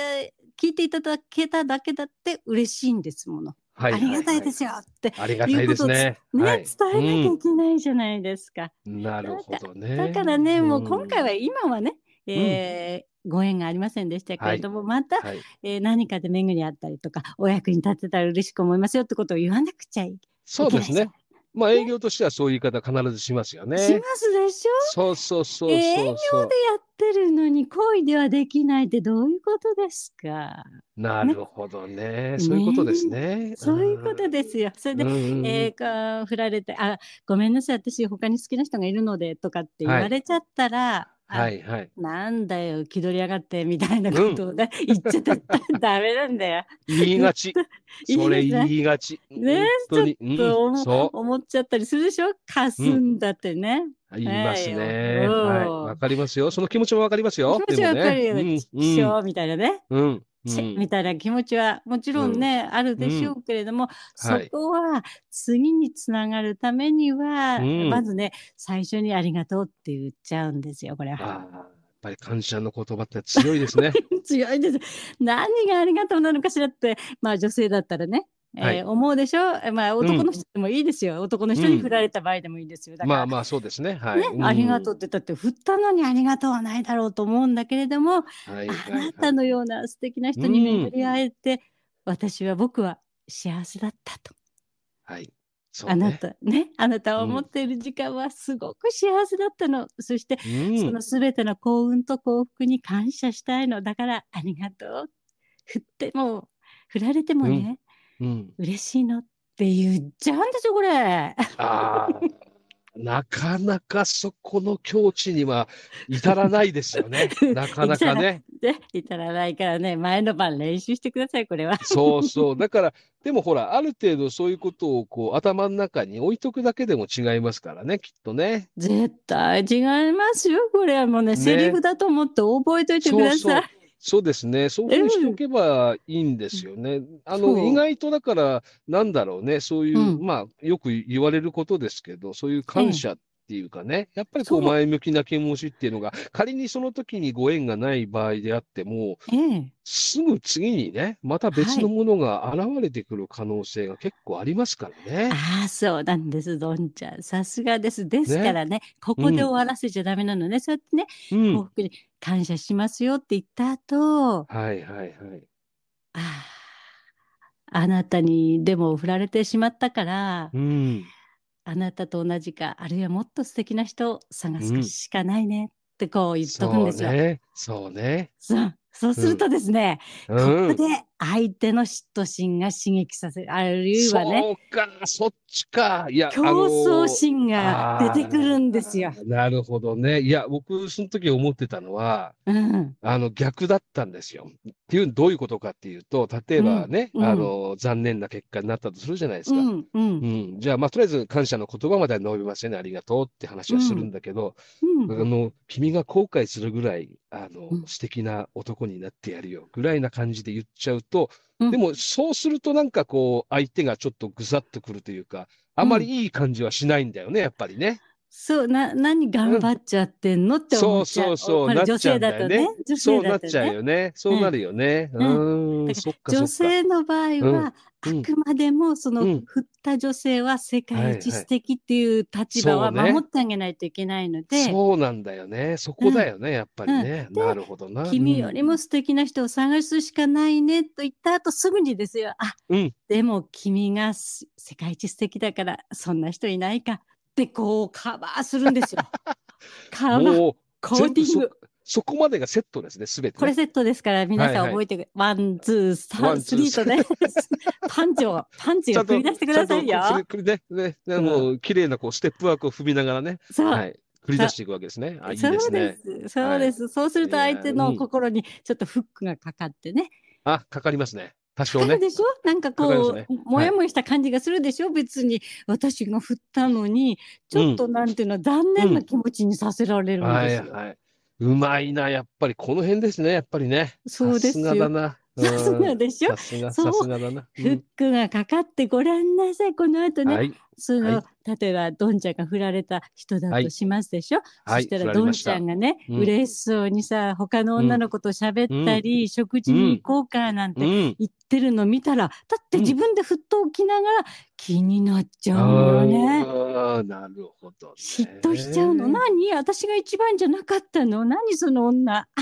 [SPEAKER 1] 聞いていただけただけだって嬉しいんですもの。
[SPEAKER 2] はい
[SPEAKER 1] ありがたいです
[SPEAKER 2] よ。
[SPEAKER 1] よって、
[SPEAKER 2] ありがたいですね。
[SPEAKER 1] ね
[SPEAKER 2] はい
[SPEAKER 1] 伝えなきゃいけないじゃないですか。
[SPEAKER 2] うんなるほどね。
[SPEAKER 1] だからね、もう今回は
[SPEAKER 2] うん
[SPEAKER 1] 今はね、えーご縁がありませんでしたけれども、また
[SPEAKER 2] はい。
[SPEAKER 1] えー何かで巡り合ったりとかお役に立てたら嬉しく思いますよってことを言わなくちゃい
[SPEAKER 2] そうです
[SPEAKER 1] いけ
[SPEAKER 2] ね。まあ、営業としてはそういう言い方必ずしますよ
[SPEAKER 1] けないし
[SPEAKER 2] ね。
[SPEAKER 1] ますでしょ
[SPEAKER 2] そうそうそう
[SPEAKER 1] 営
[SPEAKER 2] そ
[SPEAKER 1] 業
[SPEAKER 2] うそう。
[SPEAKER 1] でやってるのに恋ではできないってどういうことですか
[SPEAKER 2] なるほどね。そういうことですね。
[SPEAKER 1] そういうことですよ。それ
[SPEAKER 2] す
[SPEAKER 1] で、え
[SPEAKER 2] ね。
[SPEAKER 1] ーか振られて「あごめんなさい私他に好きな人がいるので」とかって言われちゃったら「あ
[SPEAKER 2] はいはい。
[SPEAKER 1] なんだよ気取りやがって」みたいなことをね、 言っちゃったらダメなんだよ。
[SPEAKER 2] 言いがち。
[SPEAKER 1] 言い
[SPEAKER 2] それ
[SPEAKER 1] がち
[SPEAKER 2] 言いがち。
[SPEAKER 1] ね
[SPEAKER 2] 本当
[SPEAKER 1] ち
[SPEAKER 2] に。
[SPEAKER 1] ょっと
[SPEAKER 2] うん
[SPEAKER 1] 思,、
[SPEAKER 2] そう。
[SPEAKER 1] 思っちゃったりするでしょかすんだってね。
[SPEAKER 2] 言います
[SPEAKER 1] ええ
[SPEAKER 2] ね。
[SPEAKER 1] よ
[SPEAKER 2] はい。
[SPEAKER 1] うん
[SPEAKER 2] わかりますよ。その気持ちもわかりますよ。
[SPEAKER 1] 気持ちはやっぱり、ちくし
[SPEAKER 2] でも
[SPEAKER 1] ょうみたいなね、
[SPEAKER 2] うん。うん。う
[SPEAKER 1] ち
[SPEAKER 2] ん。
[SPEAKER 1] みたいな気持ちはもちろんね、あるでしょうけれども、そ
[SPEAKER 2] はい。
[SPEAKER 1] こは次につながるためには、
[SPEAKER 2] うん
[SPEAKER 1] まずね最初に「ありがとう」って言っちゃうんですよこれ
[SPEAKER 2] ああ、や
[SPEAKER 1] は。
[SPEAKER 2] っぱり感謝の言葉って強い ですね。
[SPEAKER 1] 強いです。何がありがとうなのかしらってまあ女性だったらね、
[SPEAKER 2] はい
[SPEAKER 1] えー思うでしょえまあ男の人でもいいですよ、男の人に振られた場合でもいいですよ。だから
[SPEAKER 2] まあまあ、そうですね。はい。
[SPEAKER 1] ね、ありがとうっ
[SPEAKER 2] う
[SPEAKER 1] てだって振ったのにありがとうはないだろうと思うんだけれども、
[SPEAKER 2] ん。はい。
[SPEAKER 1] あ
[SPEAKER 2] はい
[SPEAKER 1] なたのような素敵な人に巡り会えて、私は僕は幸せだったと、
[SPEAKER 2] はい。そう
[SPEAKER 1] あな
[SPEAKER 2] ね。
[SPEAKER 1] たねあなたを思っている時間はすごく幸せだったの、そして
[SPEAKER 2] う
[SPEAKER 1] その
[SPEAKER 2] ん。
[SPEAKER 1] すべての幸運と幸福に感謝したいのだからありがとう振っても振られてもね、
[SPEAKER 2] うん。
[SPEAKER 1] 嬉しいのって言っちゃうんですよこれ。。
[SPEAKER 2] ああ。なかなかそこの境地には至らないですよね なかなかね。
[SPEAKER 1] で至らないからね前の晩練習してくださいこれは。
[SPEAKER 2] そうそう。だから、でもほら、ある程度そういうことをこう頭の中に置いとくだけでも違いますからね、きっとね。
[SPEAKER 1] 絶対違いますよ、これはもうね、
[SPEAKER 2] ね
[SPEAKER 1] セリフだと思って覚えといてくだ
[SPEAKER 2] そうそ
[SPEAKER 1] さ
[SPEAKER 2] う
[SPEAKER 1] い。
[SPEAKER 2] そうですね。そういうふうにしておけばいいんですよね。あ
[SPEAKER 1] そ
[SPEAKER 2] の、
[SPEAKER 1] う
[SPEAKER 2] 意外とだから、なんだろうね、そういう、
[SPEAKER 1] うん
[SPEAKER 2] まあ、よく言われることですけど、そういう感謝っていうかね、やっぱりこう
[SPEAKER 1] そう
[SPEAKER 2] 前向きな気持ちっていうのが、仮にその時にご縁がない場合であっても、
[SPEAKER 1] ええ、
[SPEAKER 2] すぐ次にね、また別のものが現れてくる可能性が結構ありますからね。
[SPEAKER 1] ああ、そうなんです、どんちゃん。さすがです。ですからね、ここで終わらせちゃダメなのね、そうやってね、
[SPEAKER 2] うん。
[SPEAKER 1] 幸福に感謝しますよって言った後、
[SPEAKER 2] はいはいはい。
[SPEAKER 1] ああ、あなたにでも振られてしまったから、
[SPEAKER 2] うん。
[SPEAKER 1] あなたと同じか、あるいはもっと素敵な人を探
[SPEAKER 2] う
[SPEAKER 1] す
[SPEAKER 2] ん
[SPEAKER 1] しかないねってこう言っとくん
[SPEAKER 2] そ
[SPEAKER 1] で
[SPEAKER 2] う
[SPEAKER 1] すよ。
[SPEAKER 2] ね。そうね。
[SPEAKER 1] そうそうするとですね、
[SPEAKER 2] うん。
[SPEAKER 1] ここで相手の嫉妬心が刺激させるあるいはね
[SPEAKER 2] そうか、そっちか。いや、
[SPEAKER 1] 競争心が出てくるんですよ
[SPEAKER 2] あ。のーなるほどね。いや、僕、その時思ってたのは、
[SPEAKER 1] うん、
[SPEAKER 2] あの、逆だったんですよ。っていう、どういうことかっていうと、例えばね、
[SPEAKER 1] うんうん
[SPEAKER 2] あの、残念な結果になったとするじゃないです
[SPEAKER 1] う
[SPEAKER 2] か。
[SPEAKER 1] ん、う、
[SPEAKER 2] うんんじゃあ、まあ、とりあえず感謝の言葉までは述べませんね。ありがとうって話はするんだけど、
[SPEAKER 1] う
[SPEAKER 2] あ
[SPEAKER 1] ん、
[SPEAKER 2] の、君が後悔するぐらい、あの、
[SPEAKER 1] うん
[SPEAKER 2] 素敵な男になってやるよ、ぐらいな感じで言っちゃうと、
[SPEAKER 1] うん
[SPEAKER 2] でも、そうするとなんかこう、相手がちょっとぐざっとくるというか、あまりいい感じはしないんだよね、やっぱりね。
[SPEAKER 1] そう、な、何頑張っちゃってんのって思っちゃう。
[SPEAKER 2] そうそうそ
[SPEAKER 1] こ
[SPEAKER 2] う
[SPEAKER 1] れ
[SPEAKER 2] なっ
[SPEAKER 1] 女
[SPEAKER 2] ちゃう
[SPEAKER 1] 性
[SPEAKER 2] んだ
[SPEAKER 1] だ
[SPEAKER 2] よ
[SPEAKER 1] と
[SPEAKER 2] ね
[SPEAKER 1] ね。女
[SPEAKER 2] そ
[SPEAKER 1] 性
[SPEAKER 2] うな
[SPEAKER 1] だ
[SPEAKER 2] っ
[SPEAKER 1] と
[SPEAKER 2] ちゃう
[SPEAKER 1] ね。
[SPEAKER 2] よね。そうなるよね。う
[SPEAKER 1] うん
[SPEAKER 2] ーん、
[SPEAKER 1] だから
[SPEAKER 2] そっかそっか。
[SPEAKER 1] 女性の場合は、
[SPEAKER 2] うん
[SPEAKER 1] あくまでもその、
[SPEAKER 2] うん
[SPEAKER 1] 振った女性は世界一
[SPEAKER 2] はいはい
[SPEAKER 1] 素敵っていう立場は
[SPEAKER 2] そうね
[SPEAKER 1] 守ってあげないといけないので、
[SPEAKER 2] そうなんだよね。そこだよね、やっぱりね。
[SPEAKER 1] で
[SPEAKER 2] なるほどな。
[SPEAKER 1] 君よりも素敵な人を探すしかないねと言った後すぐにですよ。あ、
[SPEAKER 2] うん
[SPEAKER 1] でも君がす世界一素敵だからそんな人いないかってこうカバーするん ですよ。カ
[SPEAKER 2] う
[SPEAKER 1] バ
[SPEAKER 2] ん、
[SPEAKER 1] ー、
[SPEAKER 2] も
[SPEAKER 1] コーティング
[SPEAKER 2] 全部。そこまでがセットですね、すべてね。
[SPEAKER 1] これセットですから皆さん覚えてく、ワン、ツー、
[SPEAKER 2] ワ
[SPEAKER 1] サ
[SPEAKER 2] ン
[SPEAKER 1] ン、
[SPEAKER 2] ツ
[SPEAKER 1] ス
[SPEAKER 2] ー
[SPEAKER 1] リーとね、パンチを、パンチ
[SPEAKER 2] ちゃ
[SPEAKER 1] を
[SPEAKER 2] んと
[SPEAKER 1] 繰り出してください
[SPEAKER 2] ち
[SPEAKER 1] よ
[SPEAKER 2] ゃん。と繰り繰りね、ね、あの、綺麗なこうステップワークを踏みながらね、
[SPEAKER 1] そう。
[SPEAKER 2] はい、繰り出していくわけですね。あ、いい
[SPEAKER 1] そう
[SPEAKER 2] で
[SPEAKER 1] ですす
[SPEAKER 2] ね。
[SPEAKER 1] そうです、そうすると
[SPEAKER 2] いやー
[SPEAKER 1] 相手
[SPEAKER 2] う
[SPEAKER 1] の
[SPEAKER 2] ん
[SPEAKER 1] 心にちょっとフックがかかってね。
[SPEAKER 2] あ、かかりますね。多
[SPEAKER 1] あ
[SPEAKER 2] 少ね
[SPEAKER 1] る。でしょなんか
[SPEAKER 2] かかり
[SPEAKER 1] こ
[SPEAKER 2] ます
[SPEAKER 1] う、
[SPEAKER 2] ね
[SPEAKER 1] もやもやした感じがするでしょ、別に私が振ったのに、ちょっとなんていうの、残念な気持ちにさせられるん
[SPEAKER 2] は
[SPEAKER 1] です
[SPEAKER 2] い
[SPEAKER 1] よ。
[SPEAKER 2] はい。うまいな、やっぱりこの辺ですね、やっぱりね。
[SPEAKER 1] そうです
[SPEAKER 2] さすがだ
[SPEAKER 1] よ。
[SPEAKER 2] な。うん
[SPEAKER 1] さすがでしょ
[SPEAKER 2] さすが、
[SPEAKER 1] そ
[SPEAKER 2] さ
[SPEAKER 1] う
[SPEAKER 2] すがだな。
[SPEAKER 1] フックがかかってごらんなさい、この後
[SPEAKER 2] うん
[SPEAKER 1] ね、
[SPEAKER 2] はい、
[SPEAKER 1] その、
[SPEAKER 2] は
[SPEAKER 1] 例えばドンちゃんが振られた人だ
[SPEAKER 2] はい
[SPEAKER 1] としますでしょ、
[SPEAKER 2] はい、
[SPEAKER 1] そした
[SPEAKER 2] 振ら
[SPEAKER 1] ら
[SPEAKER 2] れ
[SPEAKER 1] ド
[SPEAKER 2] ま
[SPEAKER 1] ン
[SPEAKER 2] し
[SPEAKER 1] ち
[SPEAKER 2] た
[SPEAKER 1] ゃんがね、
[SPEAKER 2] うん
[SPEAKER 1] 嬉しそうにさ他の女の子と喋ったり、食事に行こうかなん
[SPEAKER 2] う
[SPEAKER 1] て
[SPEAKER 2] ん。
[SPEAKER 1] 言ってるの見たら、だって
[SPEAKER 2] うん
[SPEAKER 1] 自分で沸騰きながら気になっちゃう
[SPEAKER 2] あ
[SPEAKER 1] のよね。
[SPEAKER 2] あー、なるほどね。
[SPEAKER 1] 嫉妬しちゃうの何私が一番じゃなかったの何その女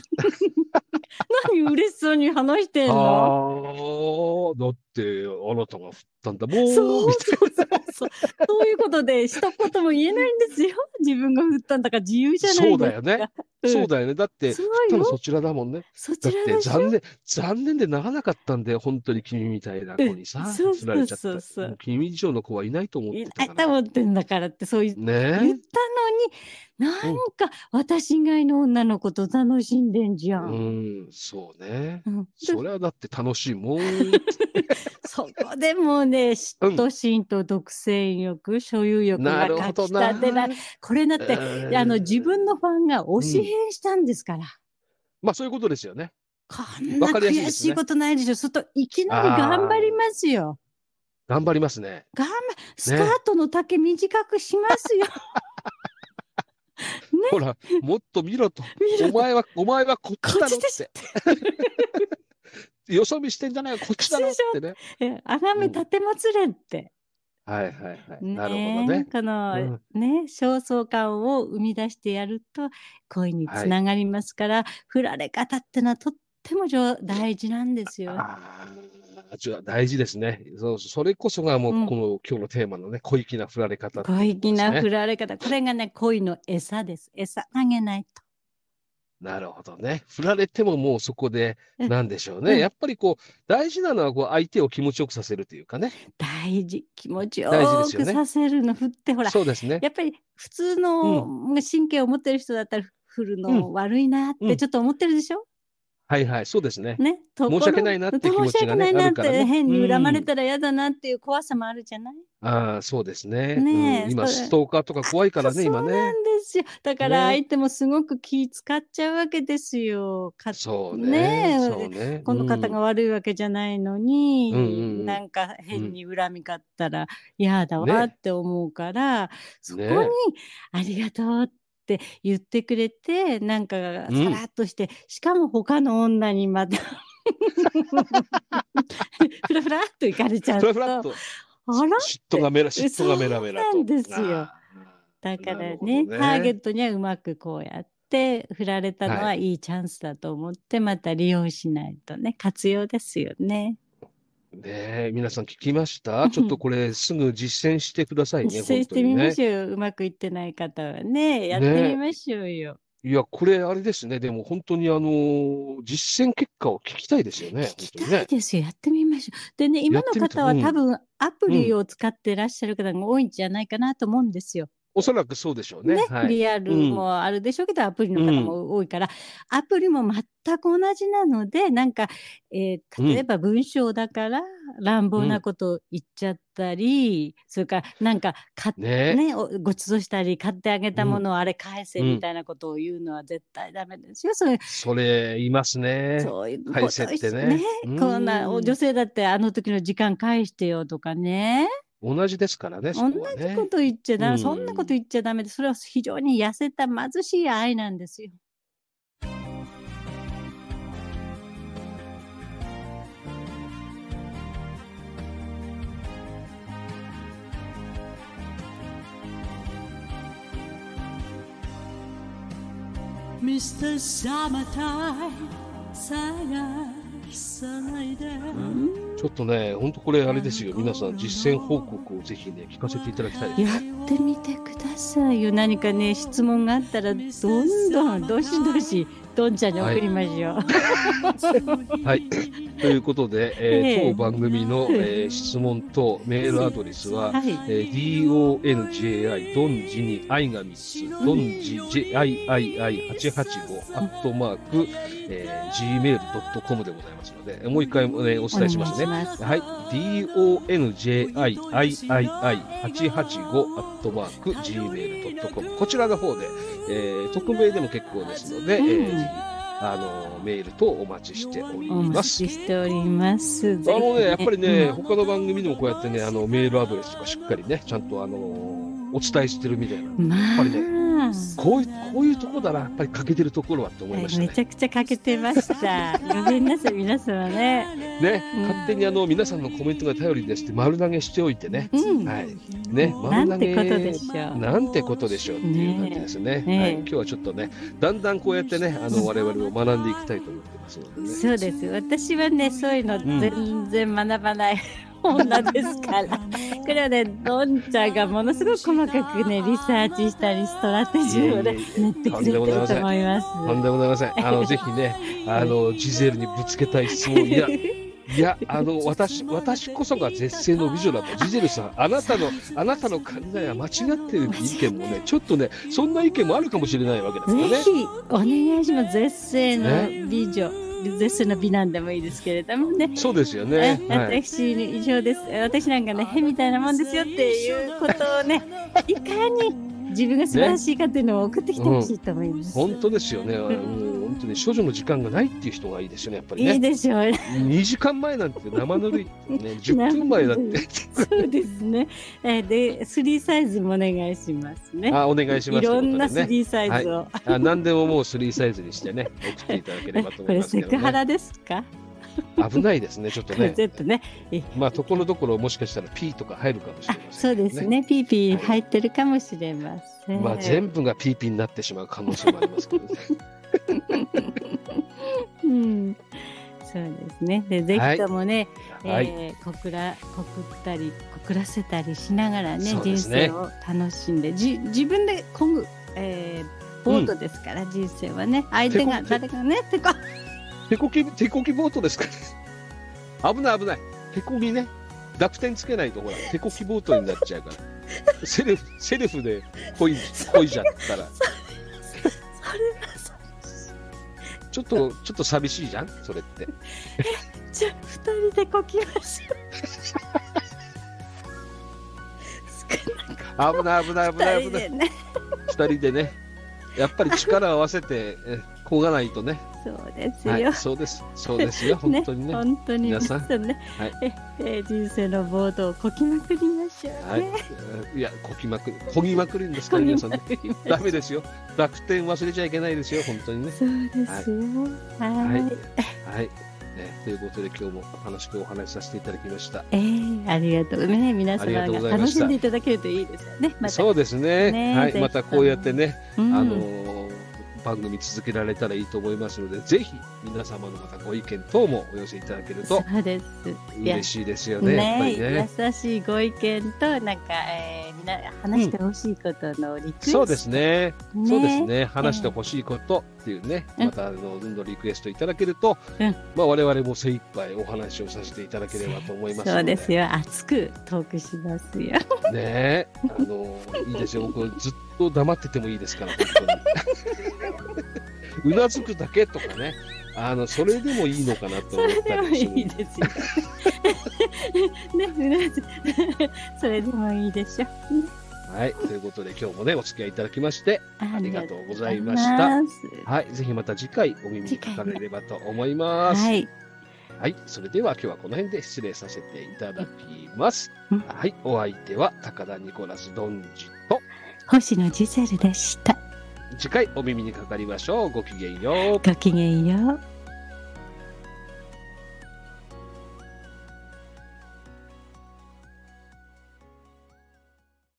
[SPEAKER 1] 何嬉しそうに話してんの
[SPEAKER 2] ああ、だって、あなたが振ったんだもん。
[SPEAKER 1] そうそう
[SPEAKER 2] み
[SPEAKER 1] そうそうそういうことで一言も言えないんですよ自分が振ったんだから自由じゃないですか
[SPEAKER 2] そうだよね、
[SPEAKER 1] うん
[SPEAKER 2] そうだよね。だって、
[SPEAKER 1] そう
[SPEAKER 2] 多分
[SPEAKER 1] よ
[SPEAKER 2] そちらだもんね。
[SPEAKER 1] そ
[SPEAKER 2] だっ
[SPEAKER 1] ちら
[SPEAKER 2] て
[SPEAKER 1] でしょ
[SPEAKER 2] 残念、残念でならなかったんだよ。本当に君みたいな子にさ、
[SPEAKER 1] うんそう
[SPEAKER 2] 振られちゃった。
[SPEAKER 1] そうそうそう
[SPEAKER 2] も君以上の子はいないと思っ
[SPEAKER 1] い
[SPEAKER 2] て
[SPEAKER 1] や
[SPEAKER 2] た
[SPEAKER 1] あ
[SPEAKER 2] か
[SPEAKER 1] と
[SPEAKER 2] ら。
[SPEAKER 1] 思ってんだからってそう言,、言っ
[SPEAKER 2] ね
[SPEAKER 1] たのになんか私以外の女の子と楽しんでんじゃ。
[SPEAKER 2] え。うんん、そうね。
[SPEAKER 1] うん、
[SPEAKER 2] それはだって楽しいもん。
[SPEAKER 1] そこでもうね嫉妬心と独占欲、所有欲
[SPEAKER 2] な
[SPEAKER 1] が
[SPEAKER 2] る
[SPEAKER 1] か
[SPEAKER 2] ほ
[SPEAKER 1] き
[SPEAKER 2] どな。
[SPEAKER 1] 立てないこれだって
[SPEAKER 2] うん
[SPEAKER 1] あの自分のファンが推し変したんですから、
[SPEAKER 2] まあそういうことですよね。
[SPEAKER 1] こんな
[SPEAKER 2] わかりやすいで
[SPEAKER 1] 悔
[SPEAKER 2] すね
[SPEAKER 1] しいことないでしょ。するといきなり頑張りますよ。
[SPEAKER 2] 頑張りますね。
[SPEAKER 1] 頑張スカートの丈短くしますよ。
[SPEAKER 2] ほら、もっと見ろと。
[SPEAKER 1] 見ろ
[SPEAKER 2] お前は、お前はこっち
[SPEAKER 1] こ
[SPEAKER 2] だ
[SPEAKER 1] っ
[SPEAKER 2] ろっ
[SPEAKER 1] ちで
[SPEAKER 2] て
[SPEAKER 1] す。
[SPEAKER 2] よそ見してんじゃないよ、こっちだろってね。
[SPEAKER 1] えあがめ立てまつれって。
[SPEAKER 2] はいはいはい。
[SPEAKER 1] ね
[SPEAKER 2] なるほどね。
[SPEAKER 1] この、ね焦燥感を生み出してやると恋につながりますから、振られ方ってのはとっても上大事なんですよ。
[SPEAKER 2] ああ、じゃあ大事ですね。そう、それこそがもう、
[SPEAKER 1] うん
[SPEAKER 2] この、今日のテーマのね、小粋な振られ方っていう
[SPEAKER 1] 小粋
[SPEAKER 2] ことで
[SPEAKER 1] な
[SPEAKER 2] すね
[SPEAKER 1] 振られ方、これがね恋の餌です。餌投げないと。
[SPEAKER 2] なるほどね。振られてももうそこで、
[SPEAKER 1] うん
[SPEAKER 2] なんでしょうね。
[SPEAKER 1] うん
[SPEAKER 2] やっぱりこう、大事なのは、こう、相手を気持ちよくさせるというかね。
[SPEAKER 1] 大事気持ちよ
[SPEAKER 2] 大事ですよ
[SPEAKER 1] く
[SPEAKER 2] ね
[SPEAKER 1] させるの振ってほら
[SPEAKER 2] そうですね。
[SPEAKER 1] やっぱり普通の神経を持ってる人だったら振る
[SPEAKER 2] うん
[SPEAKER 1] の悪いなっ
[SPEAKER 2] う
[SPEAKER 1] て
[SPEAKER 2] ん
[SPEAKER 1] ちょっと思ってるでしょ、
[SPEAKER 2] はいはい、そうですね。
[SPEAKER 1] ねと
[SPEAKER 2] 申し訳ないなって気持ちがね
[SPEAKER 1] 申し訳ないな
[SPEAKER 2] あ
[SPEAKER 1] っ
[SPEAKER 2] るからね
[SPEAKER 1] て変に恨ま
[SPEAKER 2] う
[SPEAKER 1] れ
[SPEAKER 2] ん
[SPEAKER 1] たら嫌だなっていう怖さもあるじゃない、
[SPEAKER 2] ああ、そうですね。
[SPEAKER 1] ねえ
[SPEAKER 2] うん今、
[SPEAKER 1] それ
[SPEAKER 2] ストーカーとか怖いからね、今
[SPEAKER 1] そうな
[SPEAKER 2] ね。
[SPEAKER 1] んですよだから
[SPEAKER 2] ね
[SPEAKER 1] 相手もすごく気使っちゃうわけですよか
[SPEAKER 2] そう
[SPEAKER 1] ね
[SPEAKER 2] ね。
[SPEAKER 1] え
[SPEAKER 2] そうね。
[SPEAKER 1] この方が
[SPEAKER 2] うん
[SPEAKER 1] 悪いわけじゃないのに、
[SPEAKER 2] うんうんうん
[SPEAKER 1] なんか変に恨み買ったら嫌だわ
[SPEAKER 2] ね
[SPEAKER 1] って思うから、そこに
[SPEAKER 2] ね
[SPEAKER 1] 「ありがとう」って言ってくれてなんかさ
[SPEAKER 2] うん
[SPEAKER 1] らっとして、しかも他の女にま たふらふらっと行かれちゃう
[SPEAKER 2] ふ
[SPEAKER 1] と
[SPEAKER 2] らふらっと。
[SPEAKER 1] あら
[SPEAKER 2] 嫉妬がめら、嫉妬がめらめらと。
[SPEAKER 1] そうなんですよ
[SPEAKER 2] あ
[SPEAKER 1] だ
[SPEAKER 2] ー
[SPEAKER 1] から
[SPEAKER 2] なる
[SPEAKER 1] ね
[SPEAKER 2] ほど
[SPEAKER 1] ターゲットにはうまくこうやって振られたの
[SPEAKER 2] は
[SPEAKER 1] はいいチャンスだと思って、また利用しないとね活用ですよね。
[SPEAKER 2] ねえ、皆さん聞きましたちょっとこれすぐ実践してくださいね、
[SPEAKER 1] 実践
[SPEAKER 2] 本
[SPEAKER 1] し
[SPEAKER 2] 当
[SPEAKER 1] て
[SPEAKER 2] に
[SPEAKER 1] みま
[SPEAKER 2] ね。
[SPEAKER 1] しょうよ、うまくいってない方はねやってみましょうよ。
[SPEAKER 2] いや、これ、あれですね。でも、本当に、あのー実践結果を聞きたいですよね。
[SPEAKER 1] 聞き
[SPEAKER 2] 本当に
[SPEAKER 1] たい
[SPEAKER 2] ね。
[SPEAKER 1] ですよ。やってみましょう。でね、今
[SPEAKER 2] やっ
[SPEAKER 1] の
[SPEAKER 2] てみた
[SPEAKER 1] 方は
[SPEAKER 2] うん
[SPEAKER 1] 多分アプリを使ってらっしゃる方が多いんじゃないかなと思うんですよ。
[SPEAKER 2] おそらくそうでしょうね。
[SPEAKER 1] ね、
[SPEAKER 2] はい。
[SPEAKER 1] リアルもあるでしょうけど、アプリの方も多いから、アプリも全く同じなので、なんか、えー
[SPEAKER 2] うん
[SPEAKER 1] 例えば文章だから乱暴なこと言っちゃったり、それからなんか買っ
[SPEAKER 2] ね
[SPEAKER 1] ね、おごちそうしたり買ってあげたものをあれ返せ
[SPEAKER 2] うん
[SPEAKER 1] みたいなことを言うのは絶対ダメですよ。そういう
[SPEAKER 2] それ、いますね。
[SPEAKER 1] そういうこと
[SPEAKER 2] 返せってね。う
[SPEAKER 1] こんなお女性だってあの時の時間返してよとかね
[SPEAKER 2] 同じですからね、そ
[SPEAKER 1] 同
[SPEAKER 2] こは
[SPEAKER 1] じ
[SPEAKER 2] ね
[SPEAKER 1] こ。と言っちゃダメ、
[SPEAKER 2] うん
[SPEAKER 1] そんなこと言っちゃダメでそれは非常に痩せた貧しい愛なんですよ。
[SPEAKER 8] Mr. Summertime 探さないで
[SPEAKER 2] ちょっとね、本当これ、あれですよ。皆さん、実践報告をぜひね、聞かせていただきたいです
[SPEAKER 1] や
[SPEAKER 2] ね。
[SPEAKER 1] ってみてくださいよ何かね質問があったらどんどんどしどしどんちゃんに送りましょう。
[SPEAKER 2] はい。ということで、えー
[SPEAKER 1] ええ
[SPEAKER 2] 当番組の、えー質問とメールアドレスは、
[SPEAKER 1] はい
[SPEAKER 2] えー donjai ドンジに愛が3つ、ドンジ jiii885 アットマーク、えー gmail.com でございますので、もう一回、ね、お伝えしますね。
[SPEAKER 1] お願いします
[SPEAKER 2] はい。donjiii885 アットマーク gmail.com こちらの方で、えー匿名でも結構ですので、
[SPEAKER 1] うん
[SPEAKER 2] えーぜひあのメールとお待ちしており
[SPEAKER 1] お
[SPEAKER 2] ま
[SPEAKER 1] 待
[SPEAKER 2] す
[SPEAKER 1] ち。しております。
[SPEAKER 2] あのね、やっぱりね、
[SPEAKER 1] うん
[SPEAKER 2] 他の番組でもこうやってね、あの、メールアドレスとかしっかりね、ちゃんとあの、お伝えしてるみたい
[SPEAKER 1] ま
[SPEAKER 2] な。
[SPEAKER 1] あ、
[SPEAKER 2] やっぱりこういう、こういうとこだな、やっぱり欠けてるところはって思いました
[SPEAKER 1] め
[SPEAKER 2] ね
[SPEAKER 1] ち。ゃくちゃ欠けてました。ごめんなさい、皆様ね。
[SPEAKER 2] ね、勝手にあの、皆さんのコメントが頼りですって丸投げしておいてね。
[SPEAKER 1] うん、
[SPEAKER 2] はい。ね、
[SPEAKER 1] な
[SPEAKER 2] 丸投
[SPEAKER 1] んて
[SPEAKER 2] げ。
[SPEAKER 1] ことでしょう。
[SPEAKER 2] なんてことでしょうっていう感じですね。
[SPEAKER 1] ねえ
[SPEAKER 2] はい、
[SPEAKER 1] ねえ
[SPEAKER 2] 今日はちょっとね、だんだんこうやってね、あの、我々を学んでいきたいと思ってますのでね。
[SPEAKER 1] そうです。私はね、そういうの
[SPEAKER 2] ん
[SPEAKER 1] 全然学ばない。女です から。これはね、どんちゃんがものすごく細かくね、リサーチしたり、ストラテジーをね
[SPEAKER 2] いえい、
[SPEAKER 1] 練ってくれてると思い
[SPEAKER 2] とんでも
[SPEAKER 1] ます。
[SPEAKER 2] とんでもございません。あ の、ぜひね、あの、ジゼルにぶつけたい質問、い や、いや、あの、私、私こそが絶世の美女だと、ジゼルさん、あなたの、あなたの考えは間違ってる意見もね、ちょっとね、そんな意見もあるかもしれないわけですよ
[SPEAKER 1] ぜ
[SPEAKER 2] ね
[SPEAKER 1] ひ。お願いします。絶世の美女、絶世の美男でもいいですけれどもね。
[SPEAKER 2] そうですよね。
[SPEAKER 1] え
[SPEAKER 2] はい。
[SPEAKER 1] 私の異常です。私なんかね、へみたいなもんですよっていうことをね、いかに自分が素晴らしいかっていうのを送ってきてほしいと思います。
[SPEAKER 2] 本当ですよね。もう本当に少女の時間がないっていう人がいいですよね、やっぱり
[SPEAKER 1] いい
[SPEAKER 2] ね。
[SPEAKER 1] でしょう。
[SPEAKER 2] 2時間前なんて生ぬるい。ね、10分前だって。
[SPEAKER 1] そうですね。えーで、スリーサイズもお願いしますね。
[SPEAKER 2] あ、お願いします。
[SPEAKER 1] いろんなス
[SPEAKER 2] ということでね。
[SPEAKER 1] リーサイズを。
[SPEAKER 2] あ何でももうスリーサイズにしてね、送っていただければと
[SPEAKER 1] こ
[SPEAKER 2] 思い
[SPEAKER 1] れ
[SPEAKER 2] ますけ
[SPEAKER 1] セ
[SPEAKER 2] ど
[SPEAKER 1] ク
[SPEAKER 2] ね。
[SPEAKER 1] ハラですか？
[SPEAKER 2] 危ないですね、ちょっと
[SPEAKER 1] これ
[SPEAKER 2] ね。
[SPEAKER 1] ちょっとね。
[SPEAKER 2] まあ、ところどころもしかしたら P とか入るかもしれ
[SPEAKER 1] あ
[SPEAKER 2] ま、せ
[SPEAKER 1] そ
[SPEAKER 2] んけど、
[SPEAKER 1] うですね。ピーピー入ってるかもしれません。
[SPEAKER 2] まあ、全部が PP になってしまう可能性もありますけ どね。
[SPEAKER 1] うん。そうですね。で、ぜひともね、
[SPEAKER 2] はい。
[SPEAKER 1] えー、こくらこくったりこくらせたりしながらね
[SPEAKER 2] そうで
[SPEAKER 1] 人
[SPEAKER 2] すね
[SPEAKER 1] 生を楽しんでじ自分でこぐ、えー、ボートですから、人生はね相手が
[SPEAKER 2] 手こ
[SPEAKER 1] 誰かねってこ
[SPEAKER 2] 手こき、手こきボートですか ね。危ない危ない。手こぎね。濁点つけないと、ほら、手こきボートになっちゃうから。 セルフ、セルフでこい、こいじゃったら。ちょっと、ちょっと寂しいじゃんそれって。
[SPEAKER 1] じゃあ二人でこきましょう少なく
[SPEAKER 2] 危ない危ない危ない
[SPEAKER 1] 二
[SPEAKER 2] 危
[SPEAKER 1] 人
[SPEAKER 2] な
[SPEAKER 1] で
[SPEAKER 2] い。
[SPEAKER 1] ね
[SPEAKER 2] 二人でね。やっぱり力を合わせて、えこがないとね。
[SPEAKER 1] そうですよ、
[SPEAKER 2] はい、そうです。そうで すよ。本当にね。
[SPEAKER 1] 本当に
[SPEAKER 2] 皆さん
[SPEAKER 1] 皆さんね、
[SPEAKER 2] はい
[SPEAKER 1] ええー人生のボードをこきまくりましょうね、
[SPEAKER 2] はい、いや、こきまくり、こぎまくるんですか
[SPEAKER 1] こ
[SPEAKER 2] ら、
[SPEAKER 1] ぎ
[SPEAKER 2] 皆
[SPEAKER 1] ま
[SPEAKER 2] さんね。
[SPEAKER 1] くりましょう
[SPEAKER 2] ダメですよ。楽天忘れちゃいけないですよ、本当にね。
[SPEAKER 1] そうですよ
[SPEAKER 2] はい。
[SPEAKER 1] は
[SPEAKER 2] はいい。ね、ということで、今日も楽しくお話しさせていただきました。
[SPEAKER 1] えー、ありがとうね皆
[SPEAKER 2] あり
[SPEAKER 1] 様
[SPEAKER 2] がとうござ
[SPEAKER 1] が
[SPEAKER 2] いま
[SPEAKER 1] 楽
[SPEAKER 2] した
[SPEAKER 1] しんでいただけるといいですよねまた
[SPEAKER 2] そうですね。
[SPEAKER 1] ね
[SPEAKER 2] は
[SPEAKER 1] ぜ
[SPEAKER 2] い、
[SPEAKER 1] ひ
[SPEAKER 2] またこうやってね、
[SPEAKER 1] うん
[SPEAKER 2] あのー番組続けられたらいいと思いますので、ぜひ皆様のまたご意見等もお寄せいただけると
[SPEAKER 1] そうです。いや
[SPEAKER 2] 嬉しいですよね、やっぱ
[SPEAKER 1] ね
[SPEAKER 2] りね。
[SPEAKER 1] 優しいご意見と、なんか、えーみんな話してほしいことのリクエスト、
[SPEAKER 2] そうですね。
[SPEAKER 1] ね
[SPEAKER 2] そうですね。話してほしいことっていうね、
[SPEAKER 1] うん
[SPEAKER 2] またあのどんどんリクエストいただけると、
[SPEAKER 1] うん
[SPEAKER 2] まあ我々も精一杯お話をさせていただければと思います
[SPEAKER 1] そ
[SPEAKER 2] の
[SPEAKER 1] う
[SPEAKER 2] で。
[SPEAKER 1] ですよ。熱くトークしますよ。
[SPEAKER 2] ねえ、あのいいですよ。僕ずっと黙っててもいいですから、本当に。うなずくだけとかね。あのそれでもいいのかなと
[SPEAKER 1] そ
[SPEAKER 2] 思っ
[SPEAKER 1] れで
[SPEAKER 2] た
[SPEAKER 1] も
[SPEAKER 2] りす
[SPEAKER 1] いい
[SPEAKER 2] る。
[SPEAKER 1] ですよ。ね、うなず それでもいいでしょ。
[SPEAKER 2] はい、ということで今日もねお付き合いいただきまして
[SPEAKER 1] あ
[SPEAKER 2] ありがとうございました。はい、ぜひまた次回お耳にかかれればと思います。
[SPEAKER 1] は
[SPEAKER 2] はい、
[SPEAKER 1] い。
[SPEAKER 2] それでは今日はこの辺で失礼させていただきます
[SPEAKER 1] うん。
[SPEAKER 2] はい、お相手は高田ニコラスドンジと
[SPEAKER 1] 星野ジゼルでした。
[SPEAKER 2] 次回お耳にかかりましょう。ごきげんよう。
[SPEAKER 1] ごきげんよう。